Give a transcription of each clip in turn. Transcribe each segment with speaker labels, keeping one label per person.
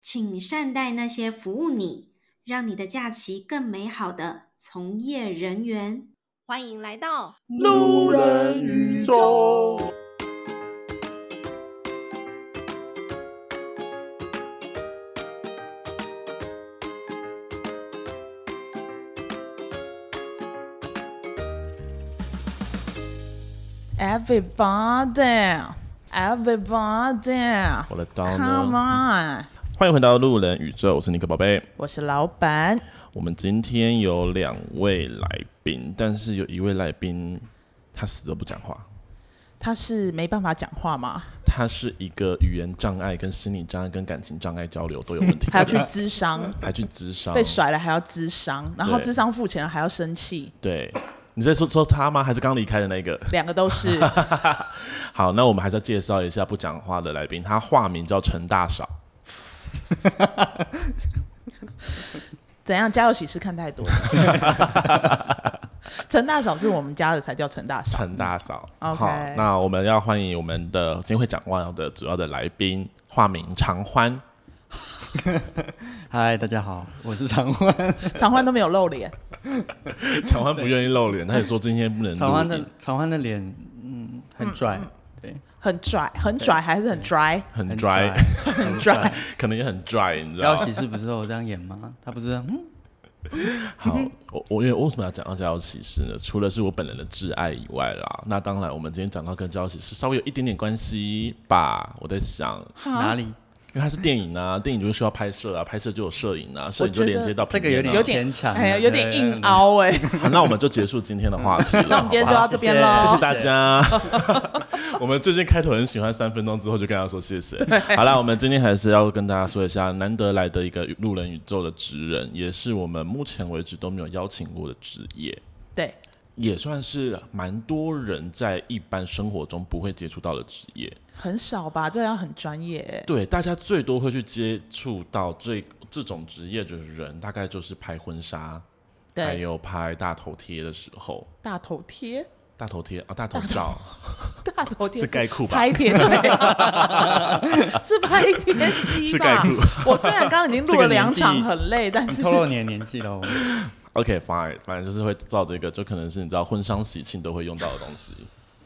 Speaker 1: 请善待那些服务你，让你的假期更美好的从业人员。欢迎来到
Speaker 2: 路人宇宙。
Speaker 3: Everybody, everybody,
Speaker 2: 我的刀
Speaker 3: come
Speaker 2: 呢？
Speaker 3: on！
Speaker 2: 欢迎回到路人宇宙，我是尼克宝贝。
Speaker 3: 我是老板，
Speaker 2: 我们今天有两位来宾，但是有一位来宾他死都不讲话，
Speaker 3: 他是没办法讲话吗？
Speaker 2: 他是一个语言障碍、跟心理障碍、跟感情障碍交流都有问 题的人，
Speaker 3: 还要去咨 商，
Speaker 2: 还去智商
Speaker 3: 被甩了还要咨商，然后
Speaker 2: 对
Speaker 3: 咨商付钱了还要生气，
Speaker 2: 对。你在说说他吗？还是刚离开的那个？
Speaker 3: 两个都 是。
Speaker 2: 好，那我们还是要介绍一下不讲话的来宾，他化名叫陈大嫂。
Speaker 3: 怎样？家有喜事看太 多了。陈大嫂是我们家的才叫陈大嫂。
Speaker 2: 陈大嫂。
Speaker 3: 嗯 OK
Speaker 2: 好，那我们要欢迎我们的今天会讲话的主要的来宾，化名常 欢。
Speaker 4: 嗨，大家好，我是常欢。
Speaker 3: 常欢都没有露脸，
Speaker 2: 常欢不愿意露脸，他也说今天不能录影。
Speaker 4: 常欢的常欢的脸，嗯，很拽，
Speaker 3: 很拽，很拽，还是很 dry，
Speaker 2: 很
Speaker 4: 很
Speaker 2: dry，
Speaker 4: 很
Speaker 3: dry。
Speaker 2: 可能也很 dry，你知
Speaker 4: 焦
Speaker 2: 道
Speaker 4: 喜事不是都有这样演吗？他不是这样嗯
Speaker 2: 好，我我因为为什么要讲到家有喜事呢？除了是我本人的挚爱以外啦，那当然我们今天讲到跟家有喜事稍微有一点点关系吧。我在想，
Speaker 4: 哪里？
Speaker 2: 因为它是电影啊，电影就需要拍摄啊，拍摄就有摄影啊，摄影就
Speaker 3: 我觉得
Speaker 2: 连接到
Speaker 4: 这个
Speaker 2: 平面
Speaker 4: 有点
Speaker 2: 啊
Speaker 3: 有点
Speaker 4: 牵强啊
Speaker 3: 哎呀，有点
Speaker 4: 对
Speaker 3: 硬凹 哎。
Speaker 2: 好，那我们就结束今天的话 题了。
Speaker 3: 那我们今天
Speaker 2: 好
Speaker 3: 就
Speaker 2: 不好
Speaker 3: 到这边喽。
Speaker 2: 谢谢大家。 我们最近开头很喜欢三分钟之后就跟他说谢谢。好啦，我们今天还是要跟大家说一下，难得来的一个路人宇宙的职人，也是我们目前为止都没有邀请过的职业，
Speaker 3: 对，
Speaker 2: 也算是蛮多人在一般生活中不会接触到的职业。
Speaker 3: 很少吧，这要很专业哎。
Speaker 2: 对，大家最多会去接触到这这种职业的人，大概就是拍婚纱，还
Speaker 3: 对，
Speaker 2: 有拍大头贴的时候，
Speaker 3: 大头贴，
Speaker 2: 大头贴啊，大头照。
Speaker 3: 大头贴
Speaker 2: 是概括吧
Speaker 3: 拍贴对、 是拍贴机
Speaker 2: 是概
Speaker 3: 吧
Speaker 2: 括？
Speaker 3: 我虽然刚刚已经录了两场很累，但 是
Speaker 4: 透露你的年纪喽。
Speaker 2: OK fine，反正就是会照这个，就可能是你知道婚丧喜庆都会用到的东西。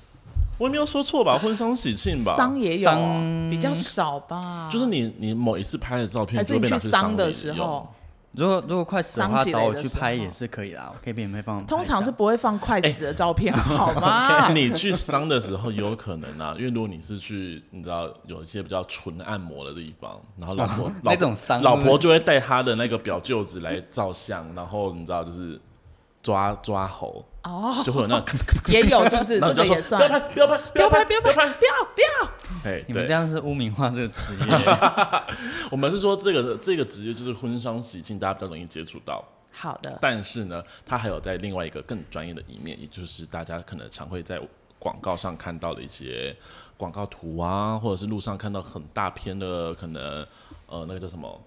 Speaker 2: 我也没有说错吧？婚丧喜庆吧，
Speaker 3: 伤也有哦，
Speaker 4: 丧
Speaker 3: 比较少吧？
Speaker 2: 就是你你某一次拍的照片
Speaker 3: 还
Speaker 2: 就是会
Speaker 3: 你
Speaker 2: 被拿
Speaker 3: 去
Speaker 2: 去
Speaker 3: 伤
Speaker 2: 的
Speaker 3: 的时候，，
Speaker 4: 如果如果快死的
Speaker 3: 伤
Speaker 4: 话，
Speaker 3: 起来
Speaker 4: 找我
Speaker 3: 的
Speaker 4: 去
Speaker 3: 时候
Speaker 4: 拍也是可以啦，我可以免费帮我们拍一
Speaker 3: 通
Speaker 4: 下。
Speaker 3: 常是不会放快死的照片，好 吗？
Speaker 2: 哎你去伤的时候有可能啊，因为如果你是去你知道有一些比较纯按摩的地方，然后老 婆、老
Speaker 4: 那种伤
Speaker 2: 老婆就会带她的那个表舅子来照相，然后你知道就是抓抓猴，
Speaker 3: 哦，
Speaker 2: 就会有那种
Speaker 3: 也有是不是？
Speaker 2: 然后你就
Speaker 3: 这个
Speaker 2: 说
Speaker 3: 也算。
Speaker 2: 不要拍不
Speaker 3: 不要
Speaker 2: 要
Speaker 3: 拍，
Speaker 2: 拍
Speaker 3: 不要拍，不要不要！
Speaker 2: 哎，
Speaker 4: 你
Speaker 2: 对
Speaker 4: 们这样是污名化这个职业。
Speaker 2: 我们是说这个这个职业就是婚丧喜庆，大家比较容易接触到。
Speaker 3: 好的，
Speaker 2: 但是呢，它还有在另外一个更专业的一面，也就是大家可能常会在广告上看到的一些广告图啊，或者是路上看到很大片的可能呃那个叫什么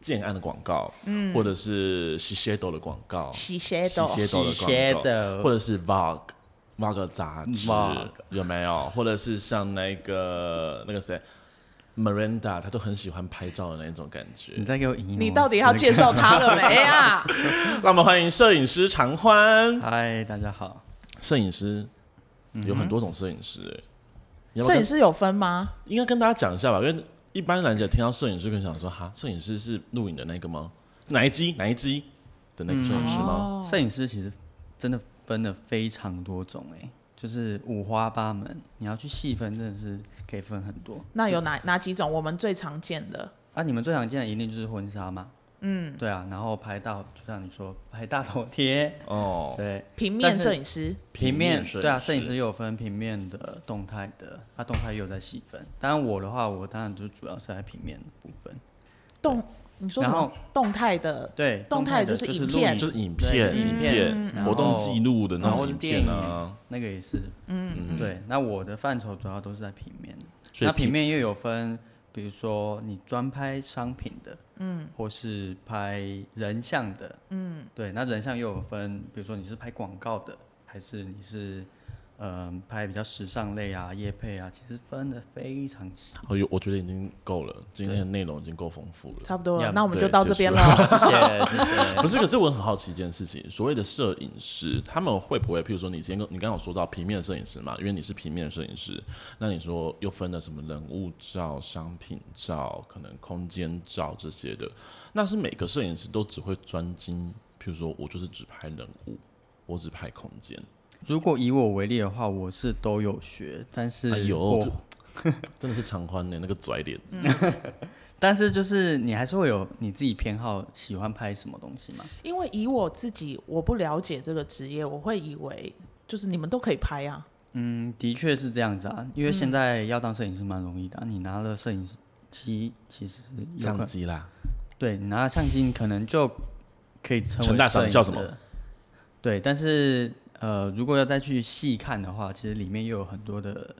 Speaker 2: 建案的广告，嗯，或者是 Shiseido 的广告
Speaker 3: 洗鞋都
Speaker 2: Shiseido 的广
Speaker 4: Shiseido
Speaker 2: 告，或者是 Vogue。Vogue 杂志
Speaker 4: Vogue
Speaker 2: 有没有？或者是像那个那个谁，Miranda，她都很喜欢拍照的那一种感觉。
Speaker 4: 你再给我引，
Speaker 3: 你到底要介？绍他了没 啊？
Speaker 2: 让我们欢迎摄影师常欢。
Speaker 4: 嗨，大家好，
Speaker 2: 摄影师有很多种摄影师、欸，你要不
Speaker 3: 摄
Speaker 2: 要
Speaker 3: 影
Speaker 2: 跟
Speaker 3: 师有分吗？
Speaker 2: 应该跟大家讲一下吧，因为一般来讲听到摄影师，可能想说哈，摄影师是录影的那个吗？哪一机哪一机的那个摄影师吗？
Speaker 4: 摄影师其实真的分的非常多种哎、就是五花八门，你要去细分，真的是可以分很多。
Speaker 3: 那有哪哪几种？我们最常见的
Speaker 4: 啊，你们最常见的一定就是婚纱嘛，嗯，对啊，然后拍大，就像你说拍大头贴，
Speaker 2: 哦，
Speaker 4: 对，
Speaker 3: 平面
Speaker 4: 但是
Speaker 3: 摄影师，
Speaker 4: 平面
Speaker 2: 摄影
Speaker 4: 对啊，
Speaker 2: 师
Speaker 4: 摄影师也有分平面的、动态的，它、动态也有在细分。当然我的话，我当然就主要是在平面的部分，
Speaker 3: 动，你说什
Speaker 4: 然
Speaker 3: 么
Speaker 4: 后？
Speaker 3: 动态的，
Speaker 4: 对，
Speaker 3: 动态
Speaker 4: 的
Speaker 3: 就是
Speaker 4: 就是
Speaker 3: 影
Speaker 4: 录
Speaker 3: 片
Speaker 2: 就是影片、
Speaker 4: 对
Speaker 2: 影
Speaker 4: 影
Speaker 2: 片、
Speaker 4: 片
Speaker 2: 活动记录的那
Speaker 4: 然
Speaker 2: 种
Speaker 4: 后是
Speaker 2: 影
Speaker 4: 电
Speaker 2: 片
Speaker 4: 影
Speaker 2: 啊，
Speaker 4: 那个也是，嗯，对。那我的范畴主要都是在平面的，
Speaker 2: 所以
Speaker 4: 那平面又有分，比如说你专拍商品的，嗯，或是拍人像的，嗯，对。那人像又有分，比如说你是拍广告的，还是你是呃拍比较时尚类啊、夜配啊，其实分的非常细。
Speaker 2: 哎呦，我觉得已经够了，今天的内容已经够丰富了。
Speaker 3: 差不多了，
Speaker 4: Yeah，
Speaker 3: 那我们
Speaker 2: 对
Speaker 3: 就到
Speaker 2: 结
Speaker 3: 这
Speaker 2: 束
Speaker 3: 边
Speaker 2: 了
Speaker 3: 了。
Speaker 4: 谢谢谢谢。
Speaker 2: 不是，可是我很好奇一件事情，所谓的摄影师，他们会不会，譬如说你今天跟你刚刚有说到平面摄影师嘛，因为你是平面摄影师，那你说又分了什么人物照、商品照、可能空间照这些的，那是每个摄影师都只会专精，譬如说我就是只拍人物，我只拍空间，
Speaker 4: 如果以我为例的话，我是都有学，但是哦
Speaker 2: 哎呦
Speaker 4: 我
Speaker 2: 这 真的是常欢的那个拽脸，
Speaker 4: 但是就是你还是会有你自己偏好，喜欢拍什么东西嘛？
Speaker 3: 因为以我自己，我不了解这个职业，我会以为就是你们都可以拍啊。
Speaker 4: 嗯，的确是这样子啊，因为现在要当摄影师蛮容易的啊、你拿了摄影机，其实有可
Speaker 2: 相机啦，
Speaker 4: 对你拿了相机，你可能就可以成
Speaker 2: 陈
Speaker 4: 为
Speaker 2: 大
Speaker 4: 摄
Speaker 2: 赏
Speaker 4: 影
Speaker 2: 叫
Speaker 4: 师
Speaker 2: 什么
Speaker 4: 了。对，但是呃，如果要再去细看的话，其实里面又有很多的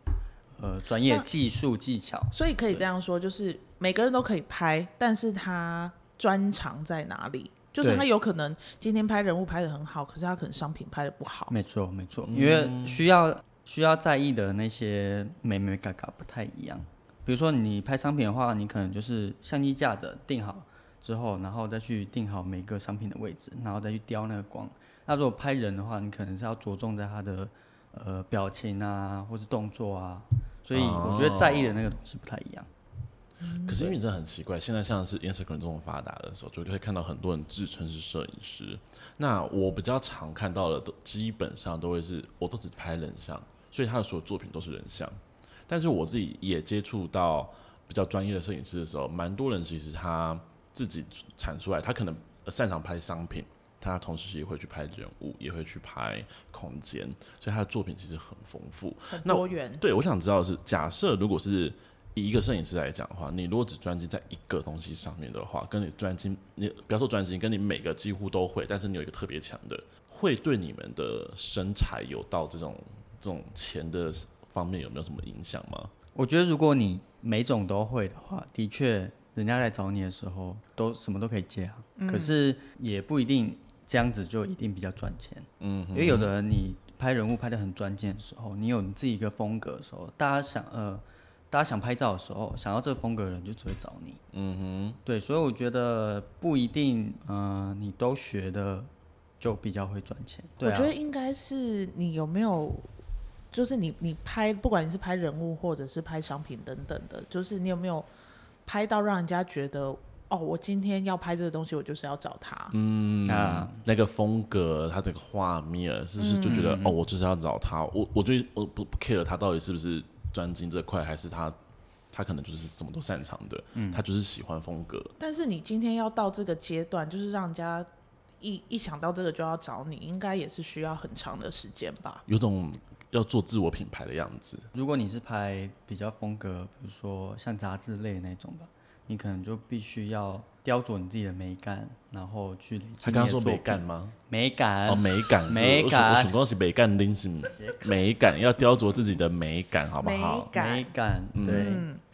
Speaker 4: 呃专业
Speaker 3: 那
Speaker 4: 技术技巧。
Speaker 3: 所以可以这样说，就是每个人都可以拍，但是他专长在哪里？就是
Speaker 4: 对
Speaker 3: 他有可能今天拍人物拍的很好，可是他可能商品拍的不好。
Speaker 4: 没错，没错，因为需要需要在意的那些美美嘎嘎不太一样。比如说你拍商品的话，你可能就是相机架着定好之后，然后再去定好每个商品的位置，然后再去雕那个光。那如果拍人的话，你可能是要着重在他的呃表情啊，或是动作啊，所以我觉得在意的那个东西不太一样。
Speaker 2: 可是因为真的很奇怪，现在像是 Instagram 这种发达的时候，就会看到很多人自称是摄影师。那我比较常看到的，都基本上都会是我都只拍人像，所以他的所有作品都是人像。但是我自己也接触到比较专业的摄影师的时候，蛮多人其实他自己产出来，他可能呃擅长拍商品，他同时也会去拍人物，也会去拍空间，所以他的作品其实很丰富。
Speaker 3: 很
Speaker 2: 那
Speaker 3: 多元，
Speaker 2: 对，我想知道的是，假设如果是以一个摄影师来讲的话，你如果只专精在一个东西上面的话，跟你专精，你不要说专精，跟你每个几乎都会，但是你有一个特别强的，会对你们的身材有到这种这种钱的方面有没有什么影响吗？
Speaker 4: 我觉得如果你每种都会的话，的确，人家来找你的时候都什么都可以接啊。可是也不一定这样子就一定比较赚钱，
Speaker 2: 嗯哼
Speaker 4: 因为有的人你拍人物拍的很专精的时候，你有你自己一个风格的时候，大家想呃，大家想拍照的时候，想要这个风格的人就只会找你。
Speaker 2: 嗯
Speaker 4: 对，所以我觉得不一定，呃，你都学的就比较会赚钱。对
Speaker 3: 我
Speaker 4: 啊
Speaker 3: 觉，得应该是你有没有，就是你你拍，不管你是拍人物或者是拍商品等等的，就是你有没有拍到让人家觉得，哦，我今天要拍这个东西，我就是要找他。
Speaker 2: 嗯
Speaker 4: 啊
Speaker 2: 那个风格，他这个画面，是不是就觉得、哦，我就是要找他，我我就我不不 care 他到底是不是专精这块，还是他他可能就是什么都擅长的，他就是喜欢风格，
Speaker 3: 但是你今天要到这个阶段，就是让人家一一想到这个就要找你，应该也是需要很长的时间吧？
Speaker 2: 有种要做自我品牌的样子。
Speaker 4: 如果你是拍比较风格，比如说像杂志类那种吧，你可能就必须要雕琢你自己的美感，然后去累积。
Speaker 2: 他刚刚说美感，吗？
Speaker 4: 美感，
Speaker 2: 哦，美感，
Speaker 4: 美
Speaker 2: 是我
Speaker 4: 感
Speaker 2: 我想恭喜美感拎是美感，要雕琢自己的美感，嗯好不好
Speaker 3: 美？感
Speaker 4: 美感，对。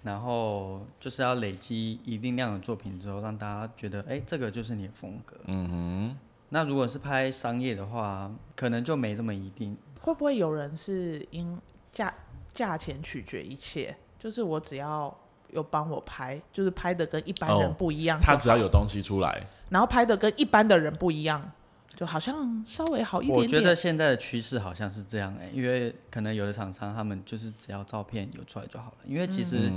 Speaker 4: 然后就是要累积一定量的作品之后，让大家觉得，哎，这个就是你的风格。嗯哼。那如果是拍商业的话，可能就没这么一定。
Speaker 3: 会不会有人是因价价钱取决一切？就是我只要有帮我拍，就是拍的跟一般人
Speaker 2: 哦
Speaker 3: 不一样就好、
Speaker 2: 他只要有东西出来，
Speaker 3: 然后拍的跟一般的人不一样，就好像稍微好一点
Speaker 4: 我
Speaker 3: 点。
Speaker 4: 觉得现在的趋势好像是这样哎、因为可能有的厂商他们就是只要照片有出来就好了，因为其实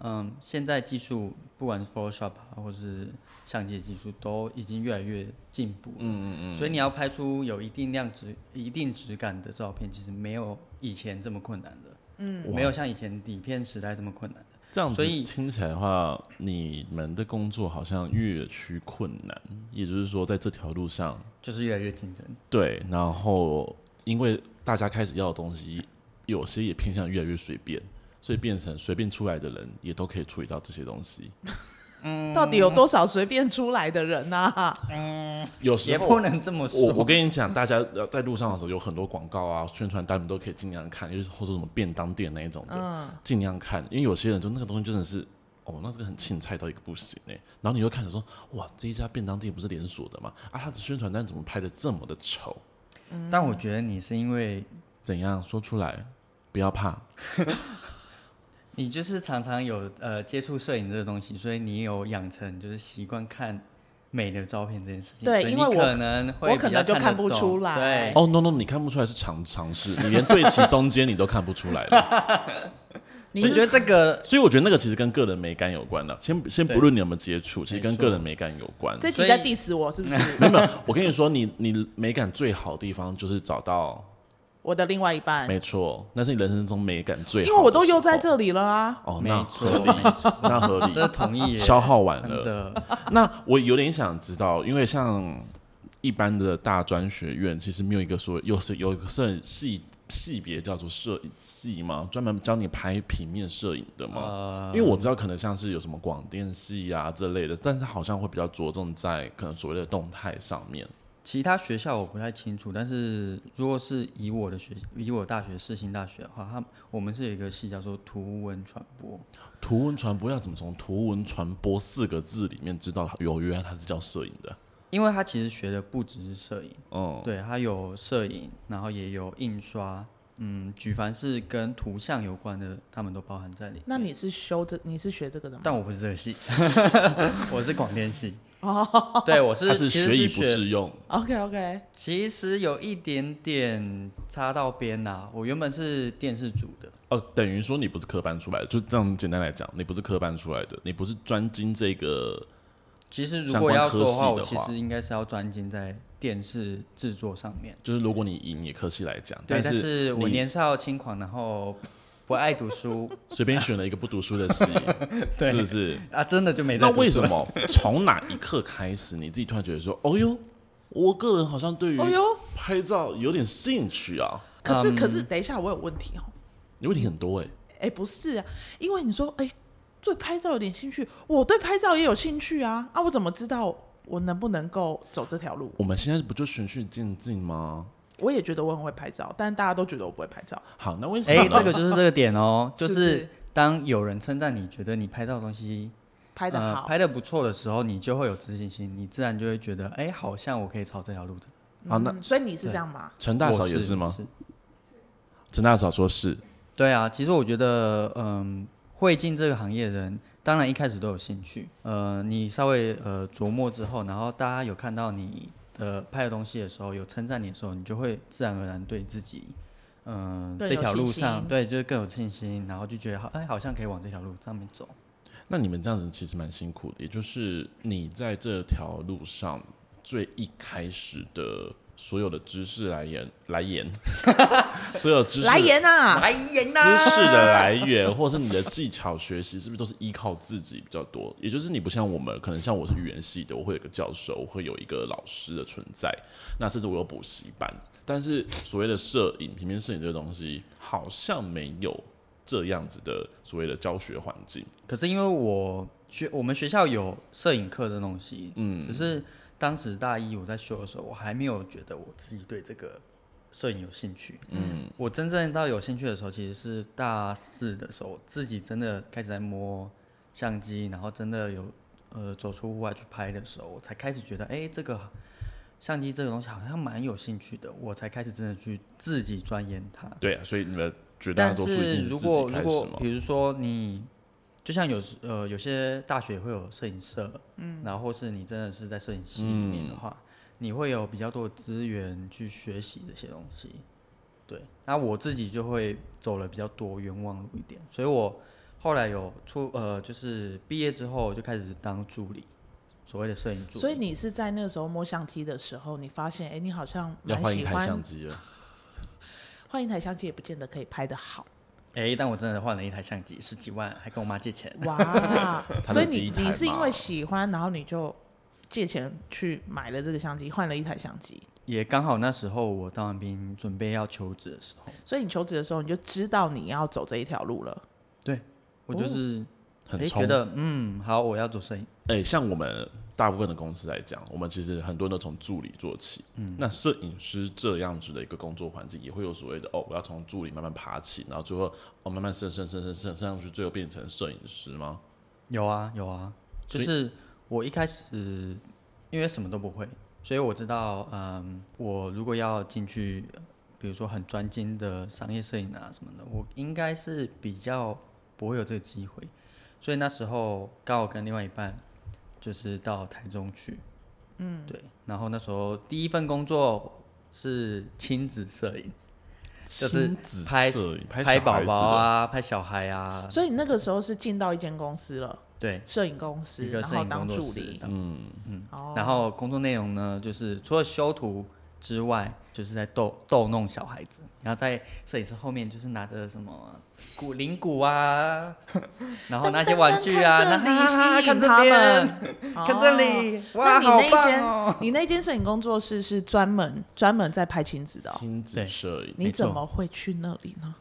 Speaker 4: 嗯现在技术不管是 Photoshop 啊，或是相机的技术都已经越来越进步了，嗯嗯嗯，所以你要拍出有一定量质、一定质感的照片，其实没有以前这么困难的，嗯，没有像以前底片时代这么困难的。
Speaker 2: 这样子
Speaker 4: 所以
Speaker 2: 听起来的话，你们的工作好像越趋困难，也就是说，在这条路上，
Speaker 4: 就是越来越竞争，
Speaker 2: 对，然后因为大家开始要的东西，有些也偏向越来越随便，所以变成随便出来的人也都可以处理到这些东西。
Speaker 3: 到底有多少随便出来的人啊呐、
Speaker 4: 嗯
Speaker 2: 有时
Speaker 4: 也
Speaker 2: 候
Speaker 4: 不能这么说。
Speaker 2: 我我跟你讲，大家呃在路上的时候有很多广告啊、宣传单，你都可以尽量看，就是或者什么便当店那一种的，尽、量看，因为有些人就那个东西真的是。哦，那这个很青菜到一个不行哎、然后你又看着说，哇，这一家便当店不是连锁的吗？啊，他的宣传单怎么拍的这么的丑？
Speaker 4: 但我觉得你是因为
Speaker 2: 怎样说出来，不要怕。
Speaker 4: 你就是常常有呃接触摄影这个东西，所以你有养成就是习惯看美的照片这件事情。
Speaker 3: 对
Speaker 4: 所以
Speaker 3: 因
Speaker 4: 你
Speaker 3: 为我
Speaker 4: 可能会
Speaker 3: 我可
Speaker 4: 比较
Speaker 3: 能就
Speaker 4: 看
Speaker 3: 看
Speaker 4: 得
Speaker 3: 不
Speaker 4: 懂
Speaker 3: 出来
Speaker 4: 对，
Speaker 2: 哦、no no，你看不出来是尝尝试，你连对齐中间你都看不出来了。
Speaker 4: 所以我觉得这个，
Speaker 2: 所以我觉得那个其实跟个人美感有关的。先先不论你有没有接触，其实跟个人美感有关。
Speaker 3: 这集
Speaker 4: 所以
Speaker 3: 在 diss 我是不
Speaker 2: 没有
Speaker 3: 是？
Speaker 2: 没有，
Speaker 4: 嗯
Speaker 2: 我跟你说，你你美感最好的地方就是找到，
Speaker 3: 我的另外一半，
Speaker 2: 没错，那是你人生中美感最好
Speaker 3: 因
Speaker 2: 的
Speaker 3: 为我都又在
Speaker 2: 时候
Speaker 3: 这里了啊。
Speaker 2: 哦，那
Speaker 4: 没
Speaker 2: 合
Speaker 4: 错
Speaker 2: 理，
Speaker 4: 没错，
Speaker 2: 那合理，
Speaker 4: 这是同意耶，
Speaker 2: 消耗完
Speaker 4: 真
Speaker 2: 了。
Speaker 4: 的，
Speaker 2: 那我有点想知道，因为像一般的大专学院，其实没有一个说又是有一个摄影系系别叫做摄影系吗？专门教你拍平面摄影的吗？
Speaker 4: 呃，
Speaker 2: 因为我知道可能像是有什么广电系啊这类的，但是好像会比较着重在可能所谓的动态上面。
Speaker 4: 其他学校我不太清楚，但是如果是以我的学，以我大学世新大学的话，它我们是有一个系叫做图文传播，
Speaker 2: 图文传播要怎么从“图文传播”四个字里面知道它有原来它是叫摄影的？
Speaker 4: 因为它其实学的不只是摄影，
Speaker 2: 嗯，
Speaker 4: 对，它有摄影，然后也有印刷，嗯，举凡是跟图像有关的，他们都包含在里面。
Speaker 3: 那你是修这，你是学这个的吗？
Speaker 4: 但我不是这个系，我是广电系。哦， 对，我是
Speaker 2: 它是
Speaker 4: 其实
Speaker 2: 学以
Speaker 4: 是
Speaker 2: 不致用。
Speaker 3: OK OK，
Speaker 4: 其实有一点点擦到边啦、我原本是电视组的，
Speaker 2: 哦，等于说你不是科班出来的，就这样简单来讲，你不是科班出来的，你不是专精这个
Speaker 4: 其实如
Speaker 2: 相
Speaker 4: 果
Speaker 2: 关
Speaker 4: 要
Speaker 2: 科
Speaker 4: 说的
Speaker 2: 系
Speaker 4: 话，我
Speaker 2: 的
Speaker 4: 其
Speaker 2: 话
Speaker 4: 实应该是要专精在电视制作上面。
Speaker 2: 就是如果你以你科系来讲，
Speaker 4: 对，但
Speaker 2: 是
Speaker 4: 是我
Speaker 2: 你
Speaker 4: 年少轻狂，然后不爱读书
Speaker 2: 随便选了一个不读书的系，是不是？
Speaker 4: 啊，真的就没在
Speaker 2: 那
Speaker 4: 读书。
Speaker 2: 为什么从哪一刻开始，你自己突然觉得说，哦呦，我个人好像对于
Speaker 4: 嗯
Speaker 3: 哦哟，
Speaker 2: 拍照有点兴趣啊？
Speaker 3: 可是可是，等一下我有问题哦。
Speaker 2: 你问题很多哎、
Speaker 3: 哎、不是啊，因为你说哎、对拍照有点兴趣，我对拍照也有兴趣啊，啊，我怎么知道我能不能够走这条路？
Speaker 2: 我们现在不就循序渐进吗？
Speaker 3: 我也觉得我很会拍照，但大家都觉得我不会拍照。
Speaker 2: 好，那为什
Speaker 4: 哎、
Speaker 2: 么呢？
Speaker 4: 这个就是这个点 哦，就是是当有人称赞你，觉得你拍照的东西
Speaker 3: 拍的
Speaker 4: 呃
Speaker 3: 好，
Speaker 4: 拍的不错的时候，你就会有自信心，你自然就会觉得，哎、好像我可以朝这条路走。
Speaker 2: 好，那
Speaker 3: 嗯，所以你是这样吗？
Speaker 2: 陈大嫂
Speaker 4: 我
Speaker 2: 也是吗？
Speaker 4: 是
Speaker 2: 陈大嫂说是，
Speaker 4: 对啊，其实我觉得，嗯，会进这个行业的人，当然一开始都有兴趣。呃，你稍微呃琢磨之后，然后大家有看到你的拍的东西的时候，有称赞你的时候，你就会自然而然对自己，嗯、
Speaker 3: 更有
Speaker 4: 这条路
Speaker 3: 信
Speaker 4: 上
Speaker 3: 心
Speaker 4: 对，就是更有信心，然后就觉得好，哎，好像可以往这条路上面走。
Speaker 2: 那你们这样子其实蛮辛苦的，也就是你在这条路上最一开始的所有的知识来源来源， 所有知识
Speaker 3: 来言啊，
Speaker 4: 来人
Speaker 2: 知识的来源，或者是你的技巧学习，是不是都是依靠自己比较多？也就是你不像我们，可能像我是语言系的，我会有一个教授，我会有一个老师的存在，那甚至我有补习班。但是所谓的摄影、平面摄影这个东西，好像没有这样子的所谓的教学环境。
Speaker 4: 可是因为我学我们学校有摄影课的东西，嗯，只是当时大一我在修的时候，我还没有觉得我自己对这个摄影有兴趣，嗯，我真正到有兴趣的时候，其实是大四的时候，我自己真的开始在摸相机，然后真的有呃走出户外去拍的时候，我才开始觉得，哎、这个相机这个东西好像蛮有兴趣的，我才开始真的去自己钻研它。
Speaker 2: 对啊，所以你们绝大
Speaker 4: 但
Speaker 2: 多数一定
Speaker 4: 如
Speaker 2: 自己
Speaker 4: 果
Speaker 2: 开
Speaker 4: 如
Speaker 2: 始
Speaker 4: 果
Speaker 2: 嘛。
Speaker 4: 比如说你，就像有时呃有些大学会有摄影社，嗯，然后或是你真的是在摄影系里面
Speaker 2: 嗯
Speaker 4: 的话，你会有比较多的资源去学习这些东西。对，那我自己就会走了比较多冤枉路一点，所以我后来有出呃就是毕业之后就开始当助理，所谓的摄影助理。
Speaker 3: 所以你是在那个时候摸相机的时候，你发现哎、你好像
Speaker 2: 要
Speaker 3: 蛮
Speaker 2: 换一
Speaker 3: 喜
Speaker 2: 台相
Speaker 3: 欢
Speaker 2: 机了，。
Speaker 3: 换一台相机，也不见得可以拍的好
Speaker 4: 哎、但我真的换了一台相机，十几万，还跟我妈借钱。
Speaker 3: 哇
Speaker 2: 他的
Speaker 3: 所以
Speaker 2: 第一
Speaker 3: 你
Speaker 2: 台
Speaker 3: 你是因为
Speaker 2: 嘛
Speaker 3: 喜欢，然后你就借钱去买了这个相机，换了一台相机。
Speaker 4: 也刚好那时候我当完兵，准备要求职的时候，
Speaker 3: 所以你求职的时候，你就知道你要走这一条路了。
Speaker 4: 我就是
Speaker 2: 哦很
Speaker 4: 诶
Speaker 2: 冲
Speaker 4: 哎觉得嗯好，我要做摄影。
Speaker 2: 哎、像我们大部分的公司来讲，我们其实很多人都从助理做起。嗯，那摄影师这样子的一个工作环境，也会有所谓的哦，我要从助理慢慢爬起，然后最后哦慢慢升升升升升升上去，最后变成摄影师吗？
Speaker 4: 有啊有啊，就
Speaker 2: 所以
Speaker 4: 是我一开始因为什么都不会，所以我知道嗯，我如果要进去比如说很专精的商业摄影啊什么的，我应该是比较不会有这个机会。所以那时候刚好跟另外一半就是到台中去，嗯，对。然后那时候第一份工作是亲子摄影，就是
Speaker 2: 亲子
Speaker 4: 拍
Speaker 2: 摄影拍
Speaker 4: 拍
Speaker 2: 小孩
Speaker 4: 宝
Speaker 2: 子
Speaker 4: 宝
Speaker 2: 的，
Speaker 4: 啊，拍小孩啊，
Speaker 3: 所以你那个时候是进到一间公司了，
Speaker 4: 对，
Speaker 3: 摄影公司，
Speaker 4: 一个
Speaker 3: 然
Speaker 4: 摄
Speaker 3: 后
Speaker 4: 影
Speaker 3: 当
Speaker 4: 工作
Speaker 3: 助
Speaker 4: 室
Speaker 3: 理。。
Speaker 2: 嗯，
Speaker 3: 哦
Speaker 4: 然后工作内容呢，就是除了修图之外，就是在逗逗弄小孩子，然后在摄影师后面就是拿着什么骨铃鼓啊， 然后拿一些玩具啊，
Speaker 3: 噔噔噔
Speaker 4: 那啊
Speaker 3: 看
Speaker 4: 看
Speaker 3: 这里
Speaker 4: 这
Speaker 3: 吸引
Speaker 4: 边
Speaker 3: 他，哦
Speaker 4: 看这里，
Speaker 3: 那
Speaker 4: 哇，
Speaker 3: 你
Speaker 4: 好
Speaker 3: 那一间、
Speaker 4: 棒哦！
Speaker 3: 你那间摄影工作室是专门专门在拍亲子的、哦，
Speaker 2: 亲子
Speaker 4: 对
Speaker 2: 摄影，哎
Speaker 3: 你
Speaker 4: 没错
Speaker 3: 怎么会去那里呢？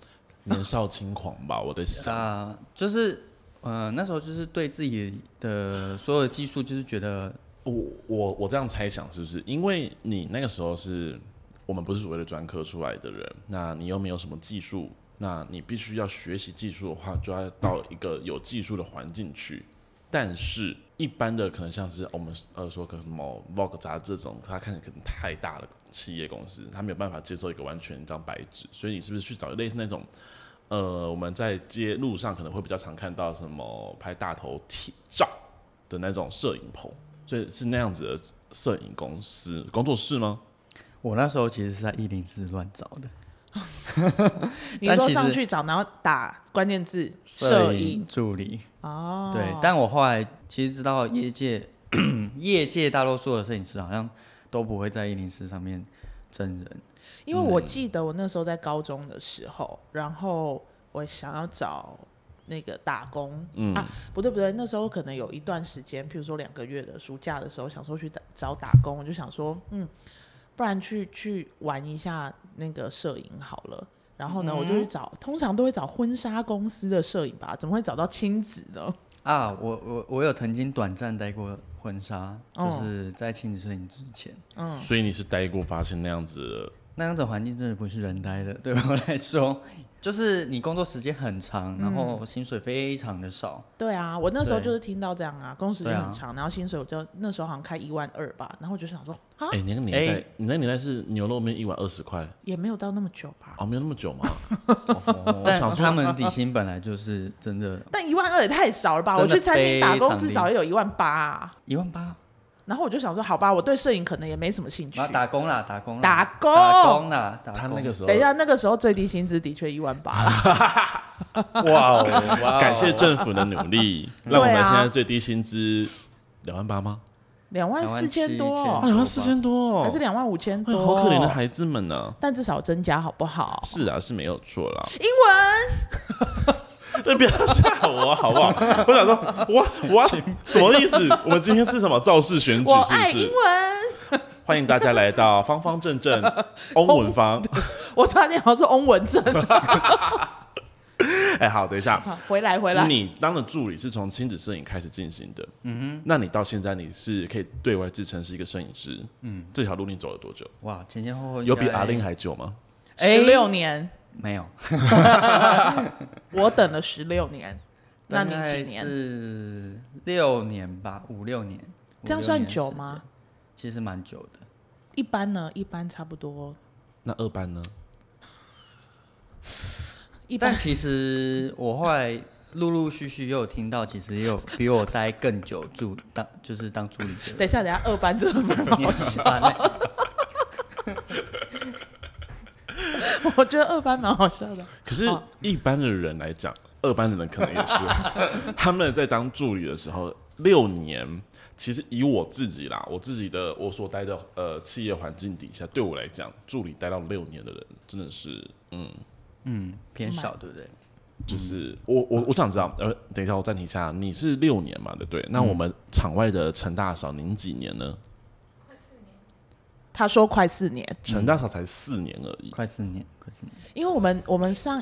Speaker 2: 年少轻狂吧，我在 想，
Speaker 4: 啊、就是呃那时候就是对自己的所有的技术就是觉得
Speaker 2: 我我我这样猜想是不是？因为你那个时候是我们不是所谓的专科出来的人，那你又没有什么技术，那你必须要学习技术的话，就要到一个有技术的环境去。但是，一般的可能像是我们呃说可能什么 Vogue 杂志这种，它看起来可能太大的企业公司，它没有办法接受一个完全一张白纸，所以你是不是去找类似那种？呃，我们在街路上可能会比较常看到什么拍大头体照的那种摄影棚，所以是那样子的摄影公司工作室吗？
Speaker 4: 我那时候其实是在一零四乱找的
Speaker 3: 你
Speaker 4: 但
Speaker 3: 说
Speaker 4: 其
Speaker 3: 上
Speaker 4: 实
Speaker 3: 去找，然后打关键字摄影
Speaker 4: 助理，
Speaker 3: 哦，
Speaker 4: 对，但我后来其实知道业界， 业界大多数的摄影师好像都不会在一零四上面真人，
Speaker 3: 因为
Speaker 4: 嗯
Speaker 3: 我记得我那时候在高中的时候，然后我想要找那个打工，
Speaker 4: 嗯
Speaker 3: 啊，不对不对，那时候可能有一段时间，譬如说两个月的暑假的时候，想说去打找打工，我就想说，嗯，不然去去玩一下那个摄影好了。然后呢，我就
Speaker 4: 嗯
Speaker 3: 去找，通常都会找婚纱公司的摄影吧，怎么会找到亲子呢？
Speaker 4: 啊，我我我有曾经短暂待过婚纱，就
Speaker 3: 哦
Speaker 4: 是在亲子摄影之前，
Speaker 2: 所以你是待过发现那样子的
Speaker 4: 那样子环境真的不是人待的，对我来说， 就是你工作时间很长，然后薪水非常的 少，
Speaker 3: 对啊，我那时候
Speaker 4: 对
Speaker 3: 就是听到这样啊，工时就
Speaker 4: 对啊
Speaker 3: 很长，然后薪水我就那时候好像开一万二吧，然后我就想说啊，
Speaker 2: 哎、你那个年代，
Speaker 4: 哎
Speaker 2: 你那个年代是牛肉面一碗二十块
Speaker 3: 也没有到那么久吧，
Speaker 2: 哦，没有那么久吗？
Speaker 4: 但他们底薪本来就是真的
Speaker 3: 但一万二也太少了吧？我
Speaker 4: 真的
Speaker 3: 去餐厅打
Speaker 4: 非
Speaker 3: 工
Speaker 4: 常低
Speaker 3: 至少也有一万八、啊，
Speaker 4: 一万八，
Speaker 3: 然后我就想说，好吧，我对摄影可能也没什么兴趣
Speaker 4: 然。后打工啦，打工啦，
Speaker 3: 打工
Speaker 4: 打工啦，打工。
Speaker 2: 他那个时候，
Speaker 3: 等一下，那个时候最低薪资的确一万 八啦。
Speaker 2: 哇哦，
Speaker 4: 哇哦
Speaker 2: 感谢政府的努力，让我们
Speaker 3: 对啊
Speaker 2: 现在最低薪资两万八吗？
Speaker 3: 两万四千多
Speaker 2: 啊，
Speaker 3: 哦，
Speaker 2: 两万四千多、哦，
Speaker 3: 还是两万五千
Speaker 2: 哎
Speaker 3: 多、
Speaker 2: 好可怜的孩子们呢、
Speaker 3: 但至少增加好不好？
Speaker 2: 是啊，是没有错啦。
Speaker 3: 英文
Speaker 2: 这不要吓我好不好？我想说，我我什么意思？我们今天是什么造势选举？
Speaker 3: 我爱
Speaker 2: 是不
Speaker 3: 英
Speaker 2: 是？
Speaker 3: 文，
Speaker 2: 欢迎大家来到方方正 正欧文芳。
Speaker 3: 我差点好像是翁文正。
Speaker 2: 哎，好，等一下，
Speaker 3: 好回来回来，
Speaker 2: 你当的助理是从亲子摄影开始进行的，嗯哼，那你到现在你是可以对外自称是一个摄影师，嗯，这条路你走了多久？
Speaker 4: 哇，前前后后应
Speaker 2: 有比
Speaker 4: 该
Speaker 2: 阿令还久吗？
Speaker 3: 十六年，
Speaker 4: 没有？
Speaker 3: 我等了十六年， 那你
Speaker 4: 大概
Speaker 3: 几年？
Speaker 4: 是六年吧，五六年。
Speaker 3: 这样
Speaker 4: 五六年
Speaker 3: 算
Speaker 4: 的
Speaker 3: 久
Speaker 4: 时
Speaker 3: 吗
Speaker 4: 间？其实蛮久的。
Speaker 3: 一般呢，一般差不多，
Speaker 2: 那二班呢？
Speaker 3: 一般
Speaker 4: 但其实我后来陆陆续续又有听到，其实也有比我待更久助当就是当助理的
Speaker 3: 等一下，等一下，二班真的蛮好
Speaker 4: 年
Speaker 3: 笑，
Speaker 4: 班欸
Speaker 3: 我觉得二班蛮好笑的。
Speaker 2: 可是
Speaker 3: 哦，
Speaker 2: 一般的人来讲，二班的人可能也是， 他们在当助理的时候，六年，其实以我自己啦，我自己的我所待的呃企业环境底下，对我来讲，助理待到六年的人，真的是，嗯，
Speaker 4: 嗯，偏少，对不对？
Speaker 2: 就是、
Speaker 3: 嗯
Speaker 2: 我我我想知道，呃，等一下我暂停一下，你是六年嘛，对不对？那
Speaker 3: 嗯
Speaker 2: 我们场外的陈大嫂，您几年呢？
Speaker 3: 他说快四年，
Speaker 2: 陈大嫂才四年而
Speaker 3: 嗯
Speaker 2: 已，
Speaker 4: 快四年，快四年。
Speaker 3: 因为我们我们上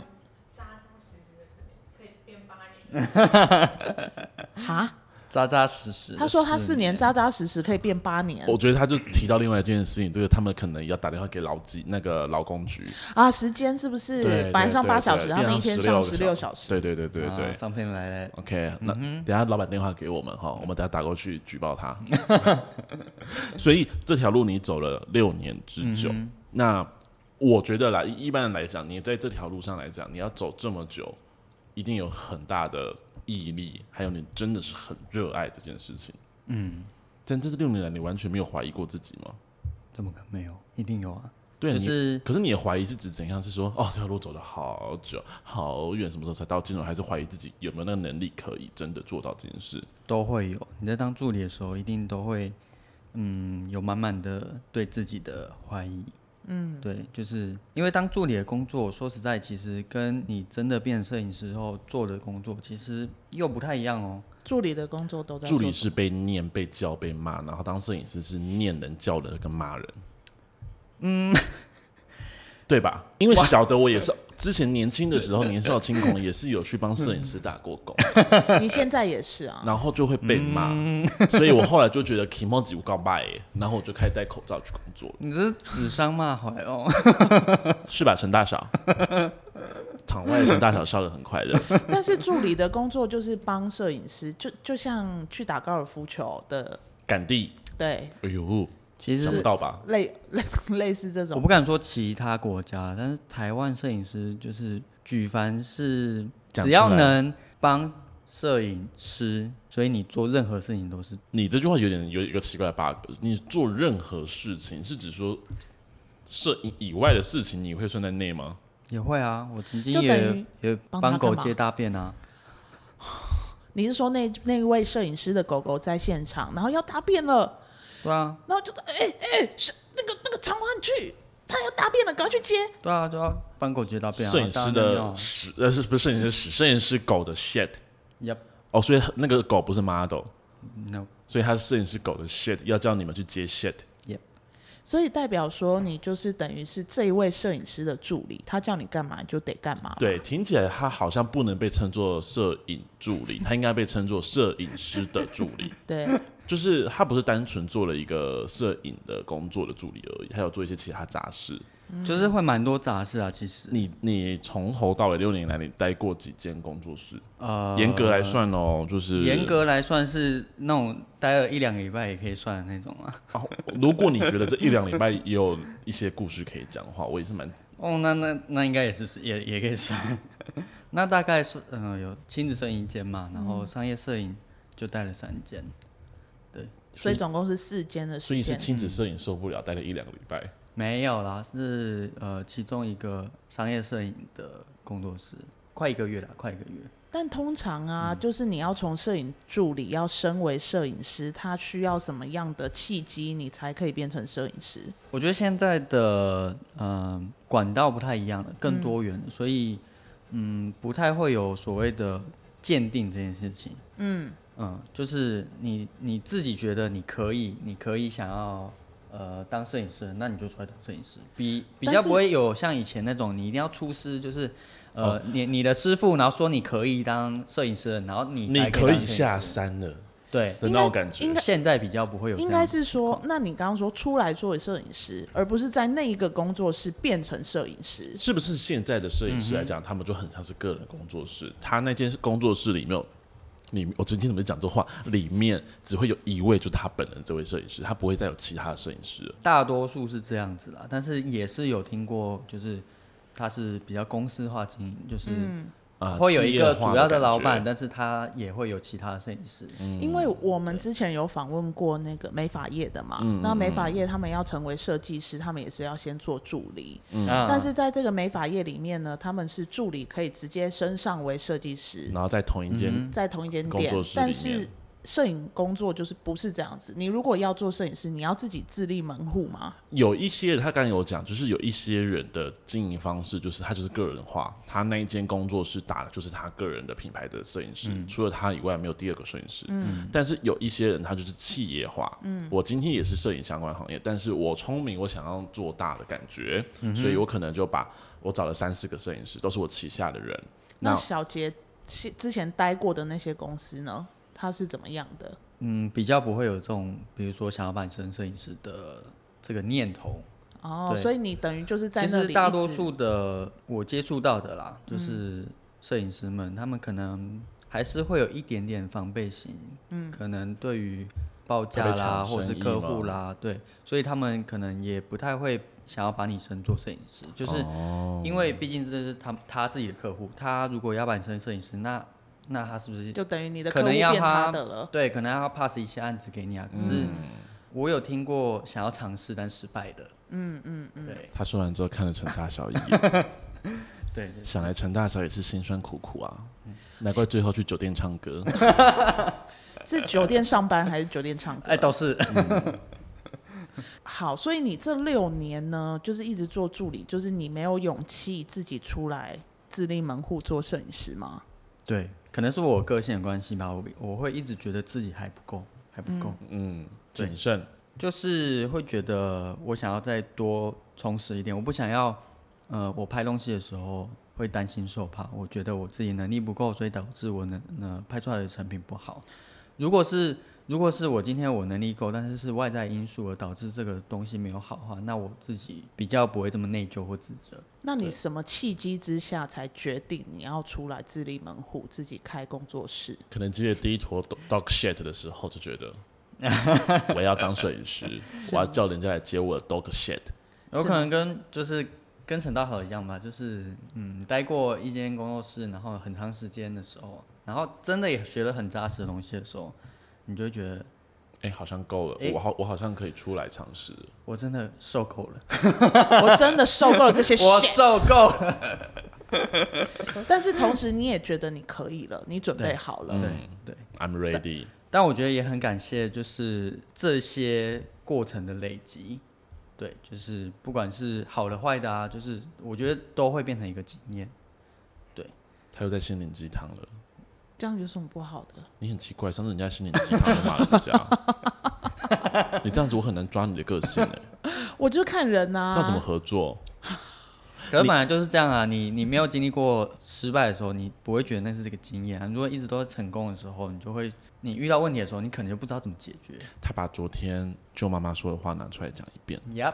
Speaker 3: 哈，
Speaker 4: 扎扎实实的。
Speaker 3: 他说他四年
Speaker 4: 扎
Speaker 3: 扎扎实实可以变八年
Speaker 2: 我觉得他就提到另外一件事情，这个他们可能要打电话给劳基那个劳工局，
Speaker 3: 啊，时间是不是
Speaker 2: 对对
Speaker 3: 本来上
Speaker 2: 对
Speaker 3: 八
Speaker 2: 对
Speaker 3: 小时，他
Speaker 2: 变
Speaker 3: 们一
Speaker 2: 成
Speaker 3: 天上十
Speaker 2: 16
Speaker 3: 六
Speaker 2: 个
Speaker 3: 小时，啊
Speaker 2: 对对对对对。
Speaker 4: 啊上片来来，
Speaker 2: OK，那
Speaker 4: 嗯
Speaker 2: 等一下老板电话给我们哈，我们等一下打过去举报他。
Speaker 4: 嗯
Speaker 2: 所以这条路你走了六年之久，那我觉得啦，一一般人来讲，你在这条路上来讲，你要走这么久，一定有很大的毅力，还有你真的是很热爱这件事情。嗯，但这六年来，你完全没有怀疑过自己吗？
Speaker 4: 怎么可能没有？一定有啊！
Speaker 2: 对，
Speaker 4: 就
Speaker 2: 你
Speaker 4: 是
Speaker 2: 可是你的怀疑是指怎样？是说哦，这条路走了好久好远，什么时候才到尽头？还是怀疑自己有没有那个能力可以真的做到这件事？
Speaker 4: 都会有。你在当助理的时候，一定都会，嗯，有满满的对自己的怀疑。嗯，对，就是因为当助理的工作，说实在，其实跟你真的变摄影师后做的工作，其实又不太一样哦。
Speaker 3: 助理的工作都在
Speaker 2: 助
Speaker 3: 做
Speaker 2: 理
Speaker 3: 什
Speaker 2: 是被念、被叫、被骂，然后当摄影师是念人、叫人跟骂人。嗯， 对吧？因为小的我也是，之前年轻的时候，年少轻狂也是有去帮摄影师打过 工，
Speaker 3: 么， 你现在也是啊。
Speaker 2: 然后就会被骂，
Speaker 4: 嗯
Speaker 2: 所以我后来就觉得 emoji 我告白，然后我就开始戴口罩去工作了，
Speaker 4: 你这是指桑骂槐 哦。
Speaker 2: 是吧，陈大 嫂？场外陈大嫂笑得很快乐，
Speaker 3: 但是助理的工作就是帮摄影师，就就像去打高尔夫球的，
Speaker 2: 赶地，
Speaker 3: 对，
Speaker 2: 哎呦，
Speaker 4: 其实
Speaker 2: 想不
Speaker 4: 是
Speaker 2: 到吧？
Speaker 3: 类 类类似这
Speaker 4: 我
Speaker 3: 种
Speaker 4: 不。敢说其他国家，但是台湾摄影师就是举凡是
Speaker 2: 讲
Speaker 4: 只要
Speaker 2: 出来
Speaker 4: 能帮摄影师，所以你做任何事情都是
Speaker 2: 你这句话有点有一个奇怪的 bug。你做任何事情是指说摄影以外的事情，你会算在内吗？
Speaker 4: 也会啊。我曾经
Speaker 3: 就等
Speaker 4: 也
Speaker 3: 于
Speaker 4: 也
Speaker 3: 帮他
Speaker 4: 帮狗
Speaker 3: 干嘛
Speaker 4: 接大便啊，
Speaker 3: 你是说那那位摄影师的狗狗在现场，然后要大便了，
Speaker 4: 对啊，
Speaker 3: 然后就哎哎，是那个那个长官去，他要大便了，赶快去接。
Speaker 4: 对啊，对啊，帮狗接大便啊。
Speaker 2: 摄影师
Speaker 4: 大家尿尿
Speaker 2: 的
Speaker 4: 啊
Speaker 2: 屎，呃，是不是摄影师的屎？摄影师狗的 shit。
Speaker 4: Yep
Speaker 2: 哦，所以那个狗不是 model，
Speaker 4: no，
Speaker 2: 所以它是摄影师狗的 shit，要叫你们去接 shit。
Speaker 3: 所以代表说，你就是等于是这一位摄影师的助理，他叫你干嘛就得干嘛。
Speaker 2: 对，听起来它好像不能被称作摄影助理，它应该被称作摄影师的助理。
Speaker 3: 对，
Speaker 2: 就是他不是单纯做了一个摄影的工作的助理而已，还有做一些其他杂事。
Speaker 3: 嗯
Speaker 4: 就是会蛮多杂事啊。其实
Speaker 2: 你你从头到尾六年来，你待过几间工作室？
Speaker 4: 呃，
Speaker 2: 严格来算哦，就是
Speaker 4: 严。格来算是那种待了一两个礼拜也可以算的那种啊。
Speaker 2: 哦如果你觉得这一两礼拜也有一些故事可以讲的话，我也是蛮
Speaker 4: 哦，那那那应该也是也也可以算。 那大概是嗯、呃有亲子摄影一间嘛，然
Speaker 3: 嗯
Speaker 4: 后商业摄影就带了三间，
Speaker 3: 所以总共是四间的时
Speaker 2: 所
Speaker 3: 间。
Speaker 2: 以是亲子摄影受不了，待了一两个礼拜。
Speaker 4: 没有啦，是呃其中一个商业摄影的工作室，快一个月了，快一个月。
Speaker 3: 但通常啊，就是你要从摄影助理要升为摄影师，他需要什么样的契机，你才可以变成摄影师？
Speaker 4: 我觉得现在的呃管道不太一样了，更多元了，所以嗯不太会有所谓的鉴定这件事情。嗯嗯，就是你你自己觉得你可以，你可以想要呃当摄影师，那你就出来当摄影师，比比较
Speaker 3: 但是
Speaker 4: 不会有像以前那种你一定要出师，就是呃、
Speaker 3: 哦
Speaker 4: 你你的师傅，然后说你可以当摄影师，然后你
Speaker 2: 你
Speaker 4: 才
Speaker 2: 可
Speaker 4: 以
Speaker 2: 以下
Speaker 4: 当摄影师
Speaker 2: 山了
Speaker 4: 对。
Speaker 2: 的那种感觉
Speaker 3: 应。该
Speaker 4: 现在比较不会有这
Speaker 3: 应
Speaker 4: 样，
Speaker 3: 该是说，那你刚刚说出来作为摄影师，而不是在那一个工作室变成摄影师。
Speaker 2: 是不是现在的摄影
Speaker 4: 嗯
Speaker 2: 师来讲，他们就很像是个人工作室？他那间工作室里面有，里面我今天怎么讲这话？里面只会有一位，就他本人这位摄影师，他不会再有其他的摄影师了。
Speaker 4: 大多数是这样子啦，但是也是有听过，就是他是比较公式化经营，就是
Speaker 3: 嗯
Speaker 2: 啊，
Speaker 4: 会有
Speaker 2: 企
Speaker 4: 一
Speaker 2: 业
Speaker 4: 个
Speaker 2: 化
Speaker 4: 主要的
Speaker 2: 感
Speaker 4: 老
Speaker 2: 觉嗯
Speaker 4: 板，但是他也会有其他的摄影师。
Speaker 3: 因为我们之前有访问过那个美发业的嘛，那美发业他们要成为设计师，他们也是要先做助理。
Speaker 2: 嗯
Speaker 3: 嗯
Speaker 4: 啊
Speaker 3: 但是在这个美发业里面呢，他们是助理可以直接升上为设计师。
Speaker 2: 然后在同一间、
Speaker 3: 在同一间
Speaker 2: 工
Speaker 3: 店
Speaker 2: 作室，里
Speaker 3: 但
Speaker 2: 面
Speaker 3: 是摄影工作就是不是这样子。你如果要做摄影师，你要自己自立门户嘛。
Speaker 2: 有一些人，他刚才有讲，就是有一些人的经营方式，就是他就是个人化，他那一间工作室打的就是他个人的品牌的摄影师，除了他以外没有第二个摄影师。嗯，但是有一些人他就是企业化，嗯，我今天也是摄影相关行业，但是我聪明，我想要做大的感觉，所以我可能就把我找了三四个摄影师，都是我旗下的人。
Speaker 3: 那
Speaker 2: 那
Speaker 3: 小杰是之前待过的那些公司呢，他是怎么样的？
Speaker 4: 嗯，比较不会有这种，比如说想要把你升摄影师的这个念头。
Speaker 3: 哦，
Speaker 4: 对
Speaker 3: 所以你等于就是在
Speaker 4: 其
Speaker 3: 那
Speaker 4: 实
Speaker 3: 里
Speaker 4: 大
Speaker 3: 一
Speaker 4: 多
Speaker 3: 直嗯
Speaker 4: 数的我接触到的啦，就是摄影师们，他们可能还是会有一点点防备心，嗯，可能对于报价
Speaker 2: 特别
Speaker 4: 啦，
Speaker 2: 抢
Speaker 4: 或者是
Speaker 2: 生意
Speaker 4: 客
Speaker 2: 吗
Speaker 4: 户啦，对，所以他们可能也不太会想要把你升做摄影师，就是
Speaker 2: 哦
Speaker 4: 因为毕竟这是他他自己的客户，他如果要把你升摄影师，那那他是不是
Speaker 3: 就等于你的
Speaker 4: 可
Speaker 3: 客户
Speaker 4: 能要
Speaker 3: 变
Speaker 4: 他
Speaker 3: 的了。
Speaker 4: 对，可能要 pass 一些案子给你啊？可是
Speaker 2: 嗯
Speaker 4: 我有听过想要尝试但失败的，
Speaker 3: 嗯嗯嗯，
Speaker 4: 对
Speaker 2: 他说完之后看了陈大小一眼，
Speaker 4: 对，就是
Speaker 2: 想来陈大小也是辛酸苦苦啊，难怪最后去酒店唱歌。
Speaker 3: 是酒店上班还是酒店唱歌？
Speaker 4: 哎，都是
Speaker 3: 好，所以你这六年呢，就是一直做助理，就是你没有勇气自己出来自立门户做摄影师吗？
Speaker 4: 对，可能是我个性的关系吧，我我会一直觉得自己还不够，还不够，
Speaker 2: 嗯，
Speaker 4: 对
Speaker 2: 谨慎，
Speaker 4: 就是会觉得我想要再多充实一点，我不想要，呃，我拍东西的时候会担心受怕，我觉得我自己能力不够，所以导致我能呃拍出来的成品不好。如果是如果是我今天我能力够，但是是外在因素而导致这个东西没有好的话，那我自己比较不会这么内疚或自责。
Speaker 3: 那你什么契机之下才决定你要出来自立门户，自己开工作室？
Speaker 2: 可能接了第一坨 dog- dog shit 的时候就觉得我要当摄影师，我要叫人家来接我的 dog shit。
Speaker 4: 有可能跟就是跟陈大豪一样吧，就是嗯，待过一间工作室，然后很长时间的时候，然后真的也学了很扎实的东西的时候，你就会觉得
Speaker 2: 哎、好像够了，
Speaker 4: 哎
Speaker 2: 我好，我好像可以出来尝试了。
Speaker 4: 我真的受够了，
Speaker 3: 我真的受够了这些
Speaker 4: 我
Speaker 3: shit，
Speaker 4: 受够了。
Speaker 3: 但是同时你也觉得你可以了，你准备好了。
Speaker 4: 对嗯对，
Speaker 2: I'm ready。
Speaker 4: 但我觉得也很感谢，就是这些过程的累积。对，就是不管是好的坏的啊，就是我觉得都会变成一个经验。
Speaker 2: 他又在心灵鸡汤了，
Speaker 3: 这样有什么不好的？
Speaker 2: 你很奇怪，上次人家心灵鸡汤就骂人家，你这样子我很难抓你的个性哎、
Speaker 3: 我就看人呐、
Speaker 2: 这样怎么合作？
Speaker 4: 可是本来就是这样啊，你你没有经历过失败的时候，你不会觉得那是这个经验、啊。如果一直都是成功的时候，你就会，你遇到问题的时候，你可能就不知道怎么解决。
Speaker 2: 他把昨天舅妈妈说的话拿出来讲一遍，
Speaker 4: Yep，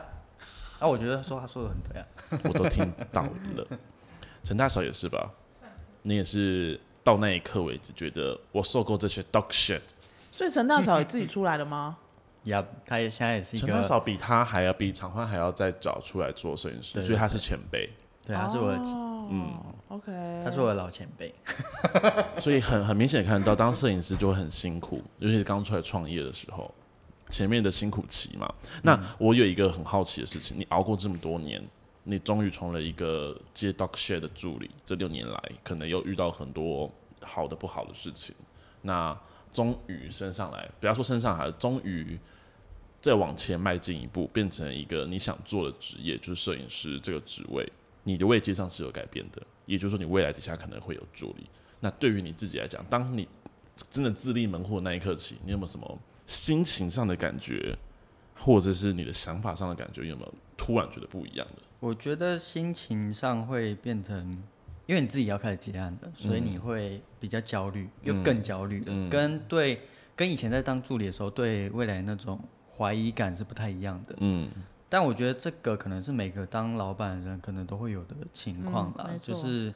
Speaker 4: 啊，我觉得说他说的很对啊。
Speaker 2: 我都听到了。陈大嫂也是吧？你也是到那一刻为止，觉得我受够这些 dog shit。
Speaker 3: 所以陈大嫂也自己出来了吗？
Speaker 4: Yep，他也现在也是一
Speaker 2: 陈大
Speaker 4: 个，
Speaker 2: 嫂比他还要比常欢还要再早出来做摄影师，
Speaker 4: 对对
Speaker 2: 所以他是前辈，
Speaker 4: 对，他是我的，
Speaker 2: 哦
Speaker 3: 嗯，OK，
Speaker 4: 他是我的老前辈。
Speaker 2: 所以很很明显地看得到，当摄影师就会很辛苦，尤其是刚出来创业的时候，前面的辛苦期嘛。那我有一个很好奇的事情，你熬过这么多年，你终于从了一个接 dog share 的助理，这六年来可能又遇到很多好的不好的事情，那终于升上来，不要说升上来，终于。再往前迈进一步，变成一个你想做的职业，就是摄影师这个职位，你的位阶上是有改变的，也就是说，你未来底下可能会有助理。那对于你自己来讲，当你真的自立门户的那一刻起，你有没有什么心情上的感觉，或者是你的想法上的感觉，有没有突然觉得不一样的？
Speaker 4: 我觉得心情上会变成，因为你自己要开始接案的，所以你会比较焦虑，又更焦虑了，跟对跟以前在当助理的时候对未来那种怀疑感是不太一样的。
Speaker 2: 嗯，
Speaker 4: 但我觉得这个可能是每个当老板的人可能都会有的情况啦，
Speaker 3: 嗯没错
Speaker 4: 就是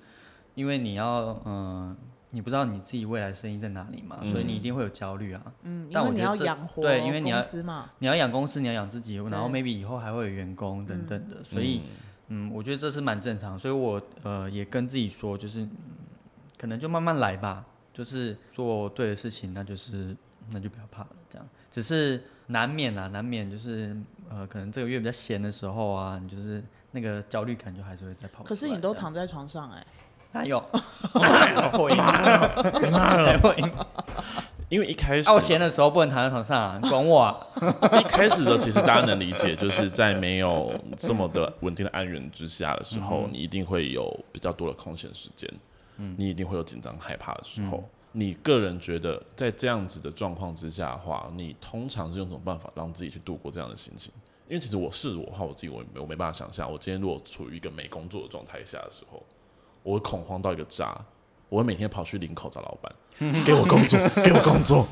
Speaker 4: 因为你要嗯、呃你不知道你自己未来生意在哪里嘛，所以你一定会有焦虑啊。
Speaker 3: 嗯，因
Speaker 4: 但
Speaker 3: 为
Speaker 4: 我
Speaker 3: 你
Speaker 4: 觉得
Speaker 3: 要
Speaker 4: 这
Speaker 3: 养活
Speaker 4: 对因为你要
Speaker 3: 公司嘛，
Speaker 4: 你要养公司，你要养自己，
Speaker 3: 对嗯
Speaker 4: 然后 maybe 以后还会有员工等等的，所以嗯我觉得这是蛮正常，所以我呃也跟自己说，就是、嗯可能就慢慢来吧，就是做对的事情，那就是那就不要怕了，这样只是难免啊，难免就是呃可能这个月比较闲的时候啊，你就是那个焦虑感就还是会再跑出来。
Speaker 3: 可是你都
Speaker 4: 这样
Speaker 3: 躺在床上哎、
Speaker 4: 哪有哪有破音？哪有破音？
Speaker 2: 因为一开始
Speaker 4: 啊，我闲的时候不能躺在床上、啊，你管我、啊？
Speaker 2: 一开始的时候，其实大家能理解，就是在没有这么的稳定的安源之下的时候，你一定会有比较多的空闲时间，你一定会有紧张害怕的时候。你个人觉得，在这样子的状况之下的话，你通常是用什么办法让自己去度过这样的心情？因为其实我是我的话，我自己我没我没办法想象，我今天如果处于一个没工作的状态下的时候，我会恐慌到一个炸，我会每天跑去林口找老板，给我工作，给我工作。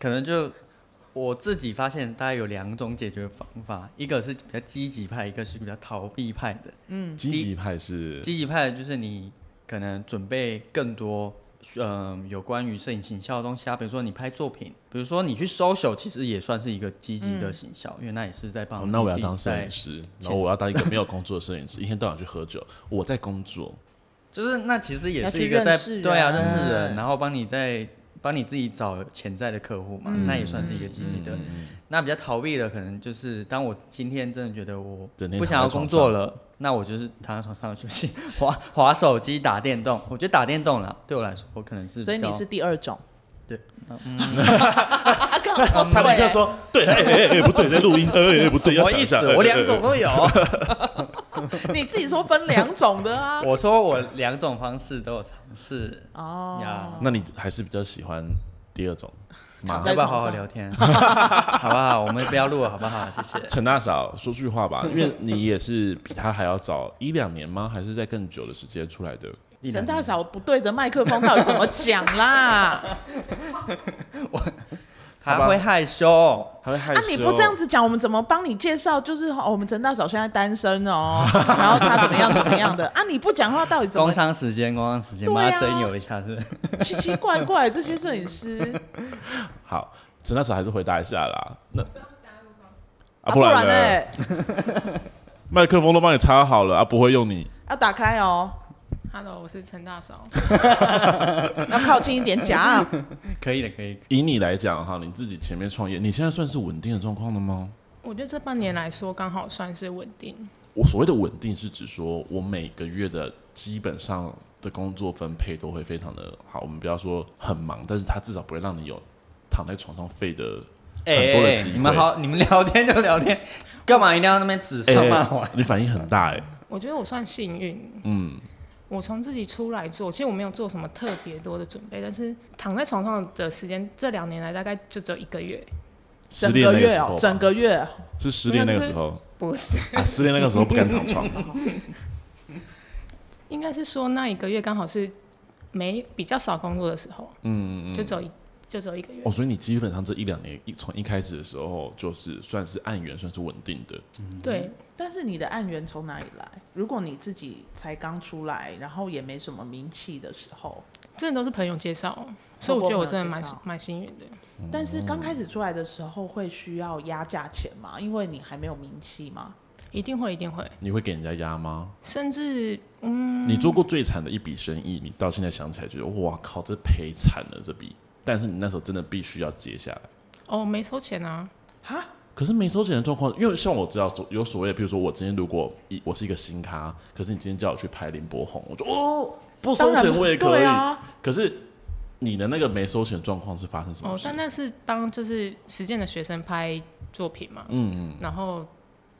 Speaker 4: 可能就我自己发现，大概有两种解决方法，一个是比较积极派，一个是比较逃避派的。
Speaker 2: 积极派是
Speaker 4: 积极派就是你可能准备更多嗯、有关于摄影行销的东西啊，比如说你拍作品，比如说你去 social，其实也算是一个积极的行销，因为那也是在帮
Speaker 2: 嗯哦
Speaker 4: 你自己
Speaker 2: 那我
Speaker 4: 在、
Speaker 2: 要当摄影师，然后我要当一个没有工作的摄影师，一天到晚去喝酒，我在工作，
Speaker 4: 就是那其实也
Speaker 3: 要
Speaker 4: 是
Speaker 3: 去
Speaker 4: 一个
Speaker 3: 认
Speaker 4: 在
Speaker 3: 识
Speaker 4: 对啊
Speaker 3: 人
Speaker 4: 认识
Speaker 2: 嗯
Speaker 4: 人，然后帮你在帮你自己找潜在的客户嘛，
Speaker 2: 嗯
Speaker 4: 那也算是一个积极的。那比较逃避的可能就是，当我今天真的觉得我
Speaker 2: 整天
Speaker 4: 不想要工作了，那我就是躺在床上休息， 滑滑手机、打电动。我觉得打电动啦，对我来说，我可能是
Speaker 3: 所以
Speaker 4: 比较
Speaker 3: 你是第二种。
Speaker 4: 对，
Speaker 3: 啊，刚好
Speaker 4: 嗯
Speaker 3: 说
Speaker 2: 他
Speaker 3: 对
Speaker 2: 们就
Speaker 3: 欸
Speaker 2: 说对，哎哎哎，不对，在录音，哎哎不对，
Speaker 4: 什
Speaker 2: 要
Speaker 4: 么
Speaker 2: 想
Speaker 4: 意
Speaker 2: 一
Speaker 4: 思
Speaker 2: 下，哎，
Speaker 4: 我两种，都有。。
Speaker 3: 你自己说分两种的啊
Speaker 4: 我说我两种方式都有尝试，
Speaker 3: 哦
Speaker 4: 呀
Speaker 2: 那你还是比较喜欢第二种吗
Speaker 3: 躺？
Speaker 4: 要
Speaker 3: 在
Speaker 4: 不要
Speaker 3: 床
Speaker 4: 好好
Speaker 3: 上
Speaker 4: 聊天？ 好不好？我们不要录了，好不好？谢谢。
Speaker 2: 陈大嫂，说句话吧，因为你也是比他还要早一两年吗？还是在更久的时间出来的？
Speaker 4: 一
Speaker 3: 陈
Speaker 4: 两
Speaker 3: 大嫂不对着麦克风，到底怎么讲啦？
Speaker 2: 好吧
Speaker 4: 他会害羞。
Speaker 2: 他会害
Speaker 3: 啊
Speaker 2: 羞？，
Speaker 3: 你不这样子讲，我们怎么帮你介绍？就是、哦、我们陈大嫂现在单身哦，然后她怎么样怎么样的啊？你不讲话，到底怎
Speaker 4: 工
Speaker 3: 么
Speaker 4: 伤时间，工伤时间，
Speaker 3: 对
Speaker 4: 把
Speaker 3: 啊
Speaker 4: 它真有一下子。
Speaker 3: 奇奇怪怪？这些摄影师，
Speaker 2: 好，陈大嫂还是回答一下啦。那啊，
Speaker 3: 啊不然
Speaker 2: 然
Speaker 3: 呢、
Speaker 2: 呢？麦克风都帮你插好了啊，不会用你。
Speaker 3: 要打开哦，
Speaker 5: Hello，我是陈大嫂。
Speaker 3: 要靠近一点讲。
Speaker 4: 可以的，可以。
Speaker 2: 以你来讲哈，你自己前面创业，你现在算是稳定的状况了吗？
Speaker 5: 我觉得这半年来说，刚好算是稳定。
Speaker 2: 我所谓的稳定是指说我每个月的基本上的工作分配都会非常的好，我们不要说很忙，但是它至少不会让你有躺在床上废的。
Speaker 4: 哎、
Speaker 2: 很多的
Speaker 4: 哎
Speaker 2: 机会
Speaker 4: 你们好，你们聊天就聊天，干嘛一定要那边指
Speaker 2: 哎、
Speaker 4: 桑骂槐？
Speaker 2: 你反应很大哎、
Speaker 5: 我觉得我算幸运。
Speaker 2: 嗯，
Speaker 5: 我从自己出来做，其实我没有做什么特别多的准备，但是躺在床上的时间，这两年来大概就只有一个月。
Speaker 2: 失
Speaker 3: 整
Speaker 2: 恋
Speaker 3: 个
Speaker 2: 那个
Speaker 3: 月
Speaker 2: 时
Speaker 3: 哦
Speaker 2: 候，
Speaker 3: 整个月
Speaker 2: 是失恋那个时候
Speaker 5: 不是，
Speaker 2: 啊，失恋那个时候不敢躺床，
Speaker 5: 应该是说那一个月刚好是没比较少工作的时候，
Speaker 2: 嗯嗯
Speaker 5: 就
Speaker 2: 嗯。
Speaker 5: 只有一就只有一个月
Speaker 2: 哦，。所以你基本上这一两年一从一开始的时候，就是算是按源，算是稳定的。
Speaker 5: 对，
Speaker 3: 但是你的案源从哪里来？如果你自己才刚出来，然后也没什么名气的时候，
Speaker 5: 真的都是朋友介绍，所以我觉得我真的蛮
Speaker 3: 我朋友介绍
Speaker 5: 蛮幸运的。
Speaker 2: 嗯
Speaker 3: 但是刚开始出来的时候会需要压价钱吗？因为你还没有名气嘛。
Speaker 5: 一定会，一定会，
Speaker 2: 你会给人家压吗？
Speaker 5: 甚至
Speaker 2: 你做过最惨的一笔生意，你到现在想起来觉得哇靠，这赔惨了这笔，但是你那时候真的必须要接下来。
Speaker 5: 哦没收钱啊，
Speaker 3: 哈，
Speaker 2: 可是没收钱的状况，因为像我知道所有所谓的，比如说我今天如果一我是一个新咖，可是你今天叫我去拍林柏宏，我就哦不收
Speaker 3: 当
Speaker 2: 钱
Speaker 3: 然
Speaker 2: 我也可以。
Speaker 3: 对啊，
Speaker 2: 可是你的那个没收钱状况是发生什么
Speaker 5: 哦，
Speaker 2: 事？
Speaker 5: 但那是帮就是实践的学生拍作品嘛，
Speaker 2: 嗯嗯，
Speaker 5: 然后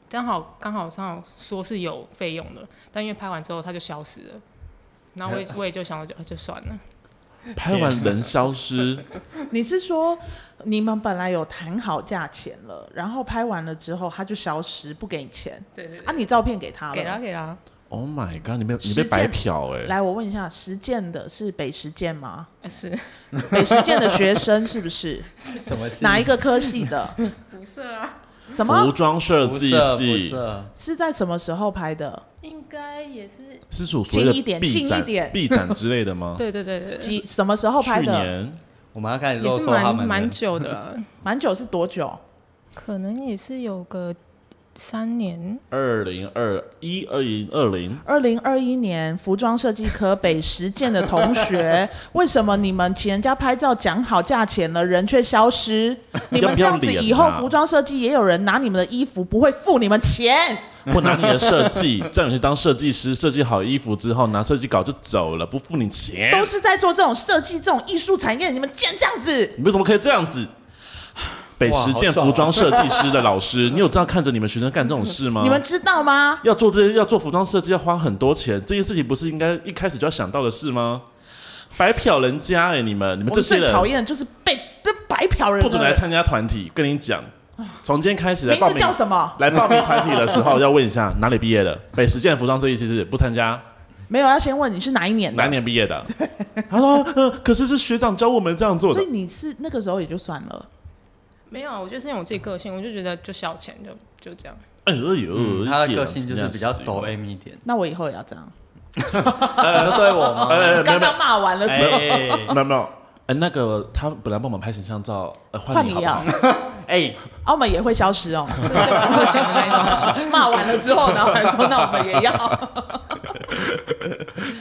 Speaker 5: 刚好刚好刚好说是有费用的，但因为拍完之后它就消失了，然 后我也我也就想就就算了，
Speaker 2: 拍完人消失，
Speaker 3: 你是说你们本来有谈好价钱了，然后拍完了之后他就消失不给你钱
Speaker 5: 对对对，
Speaker 3: 啊？你照片给他了？
Speaker 5: 给啦给啦，
Speaker 2: Oh my god！你被你
Speaker 3: 实
Speaker 2: 被
Speaker 3: 践
Speaker 2: 白嫖哎、欸！
Speaker 3: 来，我问一下，实践的是北实践吗？
Speaker 5: 呃是
Speaker 3: 北实践的学生是不 是？
Speaker 4: 什么戏
Speaker 3: 哪一个科系的？
Speaker 5: 辐射啊，
Speaker 3: 什
Speaker 2: 服
Speaker 3: 么？
Speaker 2: 装设
Speaker 4: 不
Speaker 2: 计
Speaker 4: 是不
Speaker 2: 系
Speaker 4: 是
Speaker 3: 是在什么时候拍的？
Speaker 5: 应该也是，
Speaker 2: 是属所谓
Speaker 3: 近一
Speaker 2: 的
Speaker 3: 点
Speaker 2: 臂
Speaker 3: 近一
Speaker 2: 展、
Speaker 3: 点
Speaker 2: 臂展之类的 吗？
Speaker 5: 对对对对对，
Speaker 3: 几什么时候拍
Speaker 2: 呃去
Speaker 3: 的？
Speaker 2: 年
Speaker 4: 我们要开始
Speaker 5: 也
Speaker 4: 肉
Speaker 5: 是
Speaker 4: 搜他
Speaker 5: 蛮
Speaker 4: 们
Speaker 5: 蛮
Speaker 4: 了。
Speaker 5: 久的 啦，
Speaker 3: 蛮久是多久？
Speaker 5: 可能也是有个三年，
Speaker 2: 二零二一、二零二零，
Speaker 3: 二零二一年服装设计科北实践的同 学，为什么你们请人家拍照讲好价钱了，人却 消失？你
Speaker 2: 要
Speaker 3: 们
Speaker 2: 不
Speaker 3: 这
Speaker 2: 要
Speaker 3: 样子
Speaker 2: 脸
Speaker 3: 以后
Speaker 2: 啊
Speaker 3: 服装设计也有人拿你们的衣服，不会付你们钱。
Speaker 2: 或拿你的设计，叫你去当设计师，设计好衣服之后拿设计稿就走了，不付你钱。
Speaker 3: 都是在做这种设计、这种艺术产业，你们竟然这样子！
Speaker 2: 你为什么可以这样子？北实践
Speaker 4: 好爽啊
Speaker 2: 服装设计师的老师，你有这样看着你们学生干这种事吗？
Speaker 3: 你们知道吗？
Speaker 2: 要做这些，要做服装设计，要花很多钱，这件事情不是应该一开始就要想到的事吗？白嫖人家哎、你们你们这
Speaker 3: 我们
Speaker 2: 些
Speaker 3: 最
Speaker 2: 人
Speaker 3: 讨厌的就是被被白嫖人了，
Speaker 2: 不准来参加团体，跟你讲，从今天开始来
Speaker 3: 名
Speaker 2: 报
Speaker 3: 字
Speaker 2: 名
Speaker 3: 叫什么？
Speaker 2: 来报名团体的时候，要问一下哪里毕业的，北实践服装设计师不参加，
Speaker 3: 没有，要先问你是哪一年的？
Speaker 2: 哪年毕业的？他说，呃，可是是学长教我们这样做的
Speaker 3: 所以。你是那个时候也就算了，
Speaker 5: 没有，啊我觉得是因为我自己个性，我就觉得就小钱 就就这样，
Speaker 2: 哎呦，
Speaker 4: 嗯他的个性就是比较
Speaker 2: 抖
Speaker 4: 抖 M 一点，
Speaker 3: 那我以后也要这样。
Speaker 4: 你说对我吗？
Speaker 2: 呃，没有
Speaker 3: 刚
Speaker 2: 没
Speaker 3: 刚骂完了之后，
Speaker 4: 哎
Speaker 2: 有没有没有，呃，那个他本来帮我们拍形象照，呃，
Speaker 3: 换
Speaker 2: 你
Speaker 3: 你
Speaker 2: 好不好
Speaker 3: 啊？，
Speaker 4: 哎，
Speaker 3: 澳门也会消失哦。
Speaker 5: 这个就不行的那一种。
Speaker 3: 骂完了之后，然后还说那我们也要，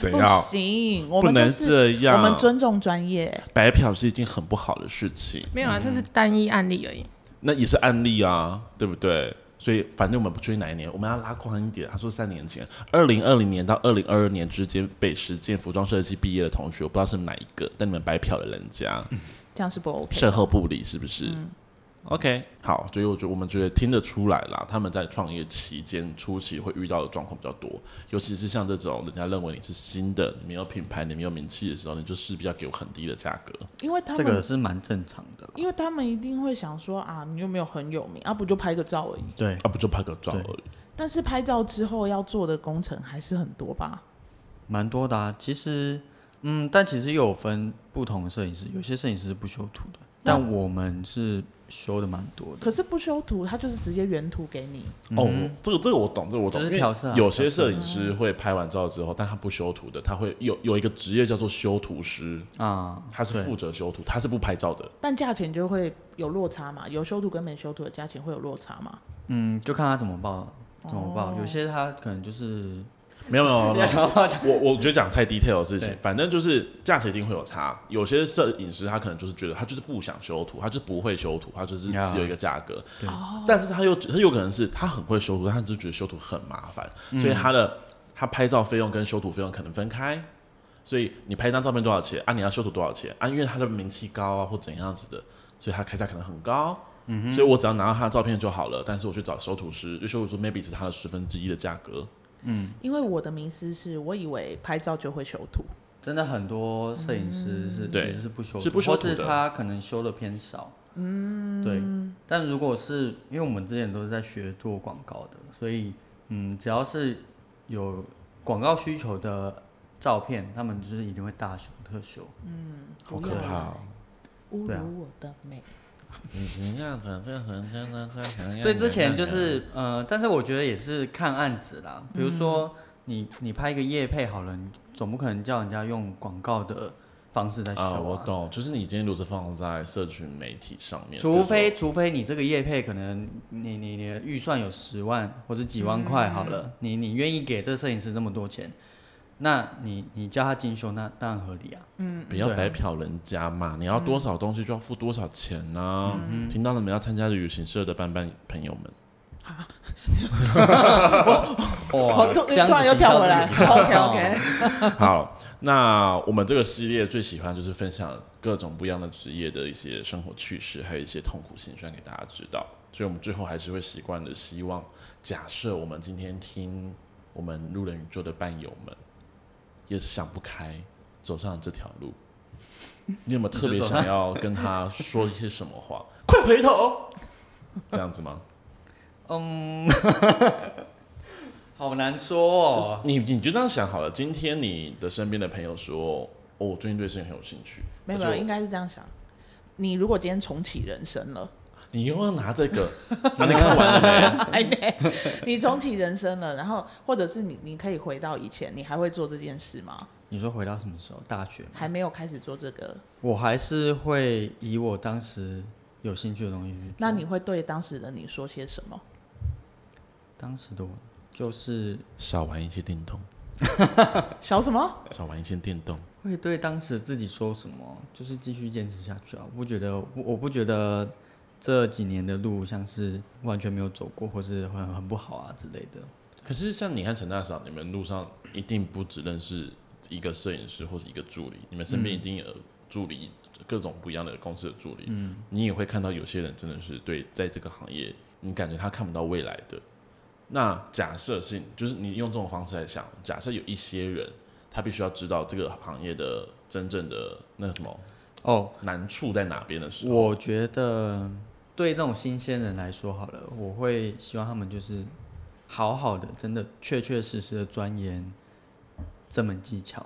Speaker 2: 怎
Speaker 3: 不
Speaker 2: 样？
Speaker 3: 行，我
Speaker 2: 啊不
Speaker 3: 们就
Speaker 2: 能
Speaker 3: 是
Speaker 2: 这
Speaker 3: 我
Speaker 2: 样，
Speaker 3: 们尊重专业。
Speaker 2: 白嫖是一件很不好的事情，
Speaker 5: 没有啊，那是单一案例而已。
Speaker 2: 那也是案例啊，对不对？所以反正我们不追哪一年，我们要拉宽一点。他说三年前，二零二零年到二零二二年之间，北实践服装设计系毕业的同学，我不知道是哪一个，但你们白嫖了人家，
Speaker 3: 这样是不 OK 的。
Speaker 2: 售后不理是不是、o
Speaker 4: 嗯
Speaker 2: k 好，所以我觉得我们觉得听得出来啦，他们在创业期间初期会遇到的状况比较多，尤其是像这种人家认为你是新的，你没有品牌，你没有名气的时候，你就势必要给我很低的价格。
Speaker 3: 因为他
Speaker 4: 这个
Speaker 3: 们，
Speaker 4: 是蛮正常的啦。
Speaker 3: 因为他们一定会想说啊，你又没有很有名，啊不就拍个照而已。
Speaker 4: 对，
Speaker 2: 啊，不就拍个照而
Speaker 4: 对
Speaker 2: 已。
Speaker 3: 但是拍照之后要做的工程还是很多吧？
Speaker 4: 蛮多的啊。其实，嗯，但其实又有分不同的摄影师，有些摄影师是不修图的，
Speaker 3: 那
Speaker 4: 但我们是修的蛮多的。
Speaker 3: 可是不修图，他就是直接原图给你。
Speaker 2: 哦，这个这个我懂，这个我懂。
Speaker 4: 嗯就是
Speaker 2: 因为
Speaker 4: 调色啊
Speaker 2: 有些摄影师会拍完照之后，但他不修图的，他会有有一个职业叫做修图师，
Speaker 4: 啊，
Speaker 2: 他是
Speaker 4: 对
Speaker 2: 负责修图，他是不拍照的。
Speaker 3: 但价钱就会有落差嘛，有修图跟没修图的价钱会有落差嘛？
Speaker 4: 嗯，就看他怎么报，怎么报。有些他可能就是
Speaker 2: 没有没有没有，没有我我觉得讲太 detail 的事情
Speaker 4: 对，
Speaker 2: 反正就是价钱一定会有差。有些摄影师他可能就是觉得他就是不想修图，他就是不会修图，他就是
Speaker 4: 啊
Speaker 2: 只有一个价格。但是他又他有可能是他很会修图，但他就觉得修图很麻烦，所以他的他拍照费用跟修图费用可能分开。所以你拍一张照片多少钱啊？你要修图多少钱啊？因为他的名气高啊，或怎样子的，所以他开价可能很高。嗯、所以我只要拿到他的照片就好了，但是我去找修图师，就修图师 maybe 是他的十分之一的价格。
Speaker 3: 因为我的迷思是我以为拍照就会修图，
Speaker 4: 真的很多摄影师是其
Speaker 2: 对
Speaker 4: 实是不修图，
Speaker 2: 是不修
Speaker 4: 或
Speaker 2: 图
Speaker 4: 是
Speaker 2: 的
Speaker 4: 他可能修的偏少。嗯，对。但如果是因为我们之前都是在学做广告的，所以嗯，只要是有广告需求的照片，他们就是一定会大修特修。
Speaker 2: 好
Speaker 3: 不
Speaker 2: 可
Speaker 3: 要
Speaker 2: 怕、
Speaker 3: 啦
Speaker 2: 哦！
Speaker 3: 侮
Speaker 4: 对啊
Speaker 3: 辱我的美。
Speaker 4: 所以之前就是呃，但是我觉得也是看案子啦。比如说你你拍一个夜配好了，你总不可能叫人家用广告的方式在修
Speaker 2: 啊，我懂，就是你今天如果是放在社群媒体上面，
Speaker 4: 除非除非你这个业配可能你你你的预算有十万或者几万块好了，你你愿意给这个摄影师这么多钱，那你你叫他精修，那当然合理啊。
Speaker 2: 就是不要白嫖人家嘛，你要多少东西就要付多少钱呢、听到了没？要参加旅行社的班班朋友们，
Speaker 4: 哇
Speaker 3: 我突
Speaker 4: 这样
Speaker 3: 哦突然
Speaker 4: 子
Speaker 3: 又
Speaker 4: 行销
Speaker 3: 跳回
Speaker 4: 自
Speaker 3: 来
Speaker 4: 己
Speaker 3: ，OK OK。
Speaker 2: 好，那我们这个系列最喜欢就是分享各种不一样的职业的一些生活趣事，还有一些痛苦辛酸给大家知道。所以，我们最后还是会习惯的，希望假设我们今天听我们路人宇宙的伴友们，也是想不开走上这条路，你有没有特别想要跟他说一些什么话？快回头，这样子吗？
Speaker 4: 嗯，好难说哦。
Speaker 2: 你你就这样想好了。今天你的身边的朋友说，哦，我最近对摄影很有兴趣，
Speaker 3: 没有，
Speaker 2: 可
Speaker 3: 没
Speaker 2: 是
Speaker 3: 有，
Speaker 2: 我
Speaker 3: 应该是这样想。你如果今天重启人生了，
Speaker 2: 你又要拿这个？啊，你看完了没？
Speaker 3: 还没，你重启人生了，然后或者是你，你可以回到以前，你还会做这件事吗？
Speaker 4: 你说回到什么时候？大学吗？
Speaker 3: 还没有开始做这个，
Speaker 4: 我还是会以我当时有兴趣的东西去做。
Speaker 3: 那你会对当时的你说些什么？
Speaker 4: 当时的我就是
Speaker 2: 少玩一些电动，
Speaker 3: 小什么？
Speaker 2: 少玩一些电动。
Speaker 4: 会对当时自己说什么，就是继续坚持下去啊！我不觉得，我我不觉得这几年的路像是完全没有走过，或是很很不好啊之类的。
Speaker 2: 可是像你和陈大嫂，你们路上一定不只认识一个摄影师或是一个助理，你们身边一定有助理，各种不一样的公司的助理。嗯，你也会看到有些人真的是对在这个行业，你感觉他看不到未来的。那假设性就是你用这种方式来想，假设有一些人他必须要知道这个行业的真正的那个什么
Speaker 4: 哦，
Speaker 2: 难处在哪边的时候，
Speaker 4: 我觉得对这种新鲜人来说，好了，我会希望他们就是好好的，真的确确实实的钻研这门技巧。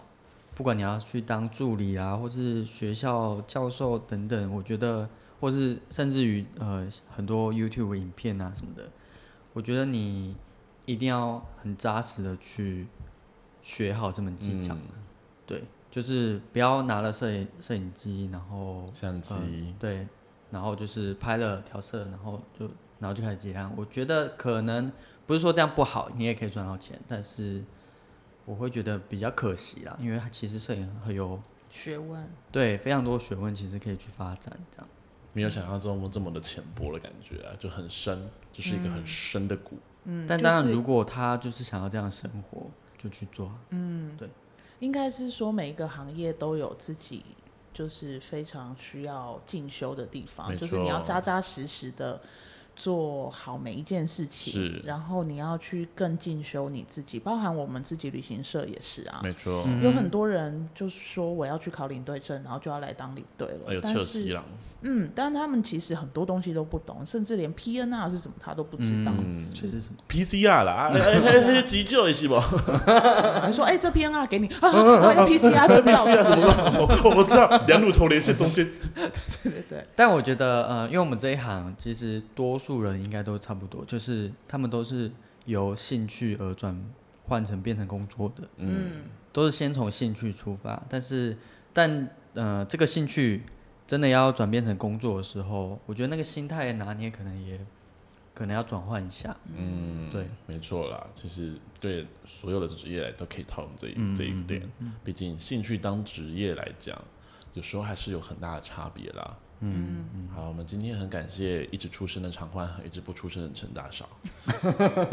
Speaker 4: 不管你要去当助理啊，或是学校教授等等，我觉得，或是甚至于呃很多 YouTube 影片啊什么的，我觉得你一定要很扎实的去学好这门技巧的。对，就是不要拿了摄影摄影机，然后
Speaker 2: 相机、
Speaker 4: 嗯对，然后就是拍了调色，然后就然后就开始接案。我觉得可能不是说这样不好，你也可以赚到钱，但是我会觉得比较可惜啦，因为它其实摄影很有
Speaker 3: 学问。
Speaker 4: 对非常多学问，其实可以去发展这样。
Speaker 2: 没有想象中这么的浅薄的感觉啊，就很深，这、是一个很深的谷。
Speaker 3: 嗯，
Speaker 4: 但
Speaker 3: 就
Speaker 4: 当然，
Speaker 3: 是
Speaker 4: 如果他就是想要这样的生活，就去做。啊
Speaker 3: 嗯应该是说每一个行业都有自己就是非常需要进修的地方
Speaker 2: 没，
Speaker 3: 就是你要
Speaker 2: 错
Speaker 3: 扎扎实实的做好每一件事
Speaker 2: 是
Speaker 3: 情，然后你要去更进修你自己，包含我们自己旅行社也是啊。
Speaker 2: 没错，
Speaker 3: 有很多人就说我要去考领队证，然后就要来当领队了。
Speaker 2: 还有
Speaker 3: 但
Speaker 2: 侧西
Speaker 3: 是，
Speaker 2: 朗，
Speaker 3: 嗯，但他们其实很多东西都不懂，甚至连 PNR 是什么他都不知道。
Speaker 2: 嗯
Speaker 4: 这是什么？
Speaker 2: ，PCR 啦，哎 哎哎哎，急救一些吧， 嗯
Speaker 3: 还说，哎、这 PNR 给你啊，啊要 PCR 证照是什么？
Speaker 2: 我我知道，两乳头连线中间，
Speaker 3: 对对对，
Speaker 4: 但我觉得，呃，因为我们这一行，其实多数人应该都差不多，就是他们都是由兴趣而转换成变成工作的，
Speaker 2: 嗯，
Speaker 4: 都是先从兴趣出发。但是，但呃，这个兴趣真的要转变成工作的时候，我觉得那个心态拿捏可能也可能要转换一下。嗯，对，
Speaker 2: 没错啦，其实对所有的职业来都可以套用这一、
Speaker 3: 嗯
Speaker 2: 这一点，毕竟兴趣当职业来讲，有时候还是有很大的差别啦。嗯，好，我们今天很感谢一直出生的常欢和一直不出生的陈大 嫂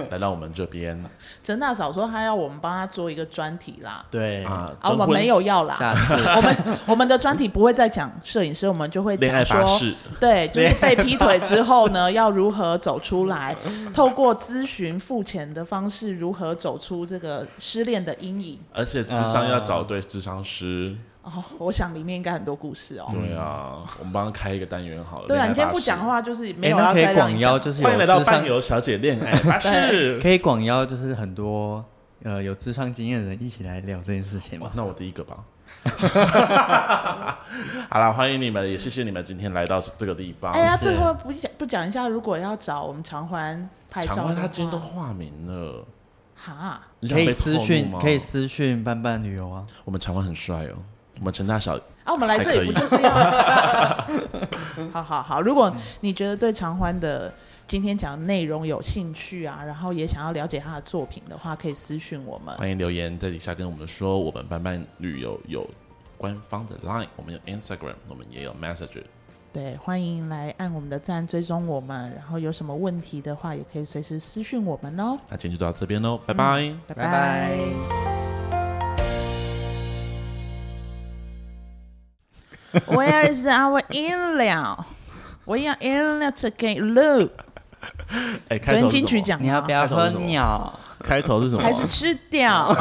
Speaker 2: 来到我们这边
Speaker 3: 陈大嫂说她要我们帮她做一个专题啦，
Speaker 4: 对，
Speaker 2: 啊，
Speaker 3: 啊，我们没
Speaker 2: 有
Speaker 3: 有要啦，
Speaker 4: 下次
Speaker 3: 我们 我们的专题不会再讲摄影师，我们就会
Speaker 2: 恋爱
Speaker 3: 讲
Speaker 2: 巴
Speaker 3: 说，
Speaker 2: 士，
Speaker 3: 对，就是被劈腿之后呢， 要如何走出来，透过咨询付钱的方式，如何走出这个失恋的阴影。
Speaker 2: 而且智商要找对智商师。
Speaker 3: 哦，我想里面应该很多故事
Speaker 4: 嗯
Speaker 3: 哦。
Speaker 2: 对啊，我们帮他开一个单元好了。
Speaker 3: 对啊，
Speaker 2: 恋爱
Speaker 3: 你今天
Speaker 2: 巴
Speaker 3: 不
Speaker 2: 士
Speaker 3: 讲，话，就是没
Speaker 4: 哎、
Speaker 3: 有
Speaker 4: 那
Speaker 3: 要
Speaker 4: 可
Speaker 3: 再
Speaker 4: 以
Speaker 3: 让
Speaker 4: 广
Speaker 3: 你
Speaker 4: 邀，
Speaker 3: 讲。
Speaker 4: 就是有
Speaker 2: 欢迎来到
Speaker 4: 智商
Speaker 2: 伴游小姐恋爱巴士。
Speaker 4: 可以广邀，就是很多呃有智商经验的人一起来聊这件事情
Speaker 2: 哦
Speaker 4: 嘛。
Speaker 2: 那我第一个吧。 好啦，欢迎你们，也谢谢你们今天来到这个地方。
Speaker 3: 哎呀，
Speaker 4: 是
Speaker 3: 最后不讲不讲一下，如果要找我们常环拍照
Speaker 2: 长
Speaker 3: 的
Speaker 2: 官
Speaker 3: 话，
Speaker 2: 他今天都化名了，
Speaker 3: 哈，
Speaker 2: 你想
Speaker 4: 可以
Speaker 2: 被
Speaker 4: 私
Speaker 2: 透露
Speaker 4: 讯，
Speaker 2: 吗
Speaker 4: 可以。私讯伴伴旅游啊。
Speaker 2: 我们长官很帅哦，我们陈大小
Speaker 3: 啊，我们来这里 不就是要？好好好，如果你觉得对常欢的今天讲的内容有兴趣啊，然后也想要了解他的作品的话，可以私讯我们。
Speaker 2: 欢迎留言在底下跟我们说，我们班班旅游有官方的 Line，我们有 Instagram，我们也有 Message。
Speaker 3: 对，欢迎来按我们的赞追踪我们，然后有什么问题的话，也可以随时私讯我们哦。
Speaker 2: 那今天就到这边喽，拜拜。
Speaker 3: 拜
Speaker 4: 拜拜
Speaker 3: 拜 Where is our 饮料？我要饮料吃给路。
Speaker 2: 哎、
Speaker 3: 昨
Speaker 2: 开
Speaker 3: 天
Speaker 2: 头是
Speaker 3: 金
Speaker 2: 什么
Speaker 3: 曲奖啊
Speaker 4: 你要不
Speaker 3: 吗
Speaker 2: 开
Speaker 4: 要
Speaker 2: 头是
Speaker 4: 喝
Speaker 2: 什么
Speaker 4: 鸟？
Speaker 2: 开头是什么？
Speaker 3: 还是吃掉？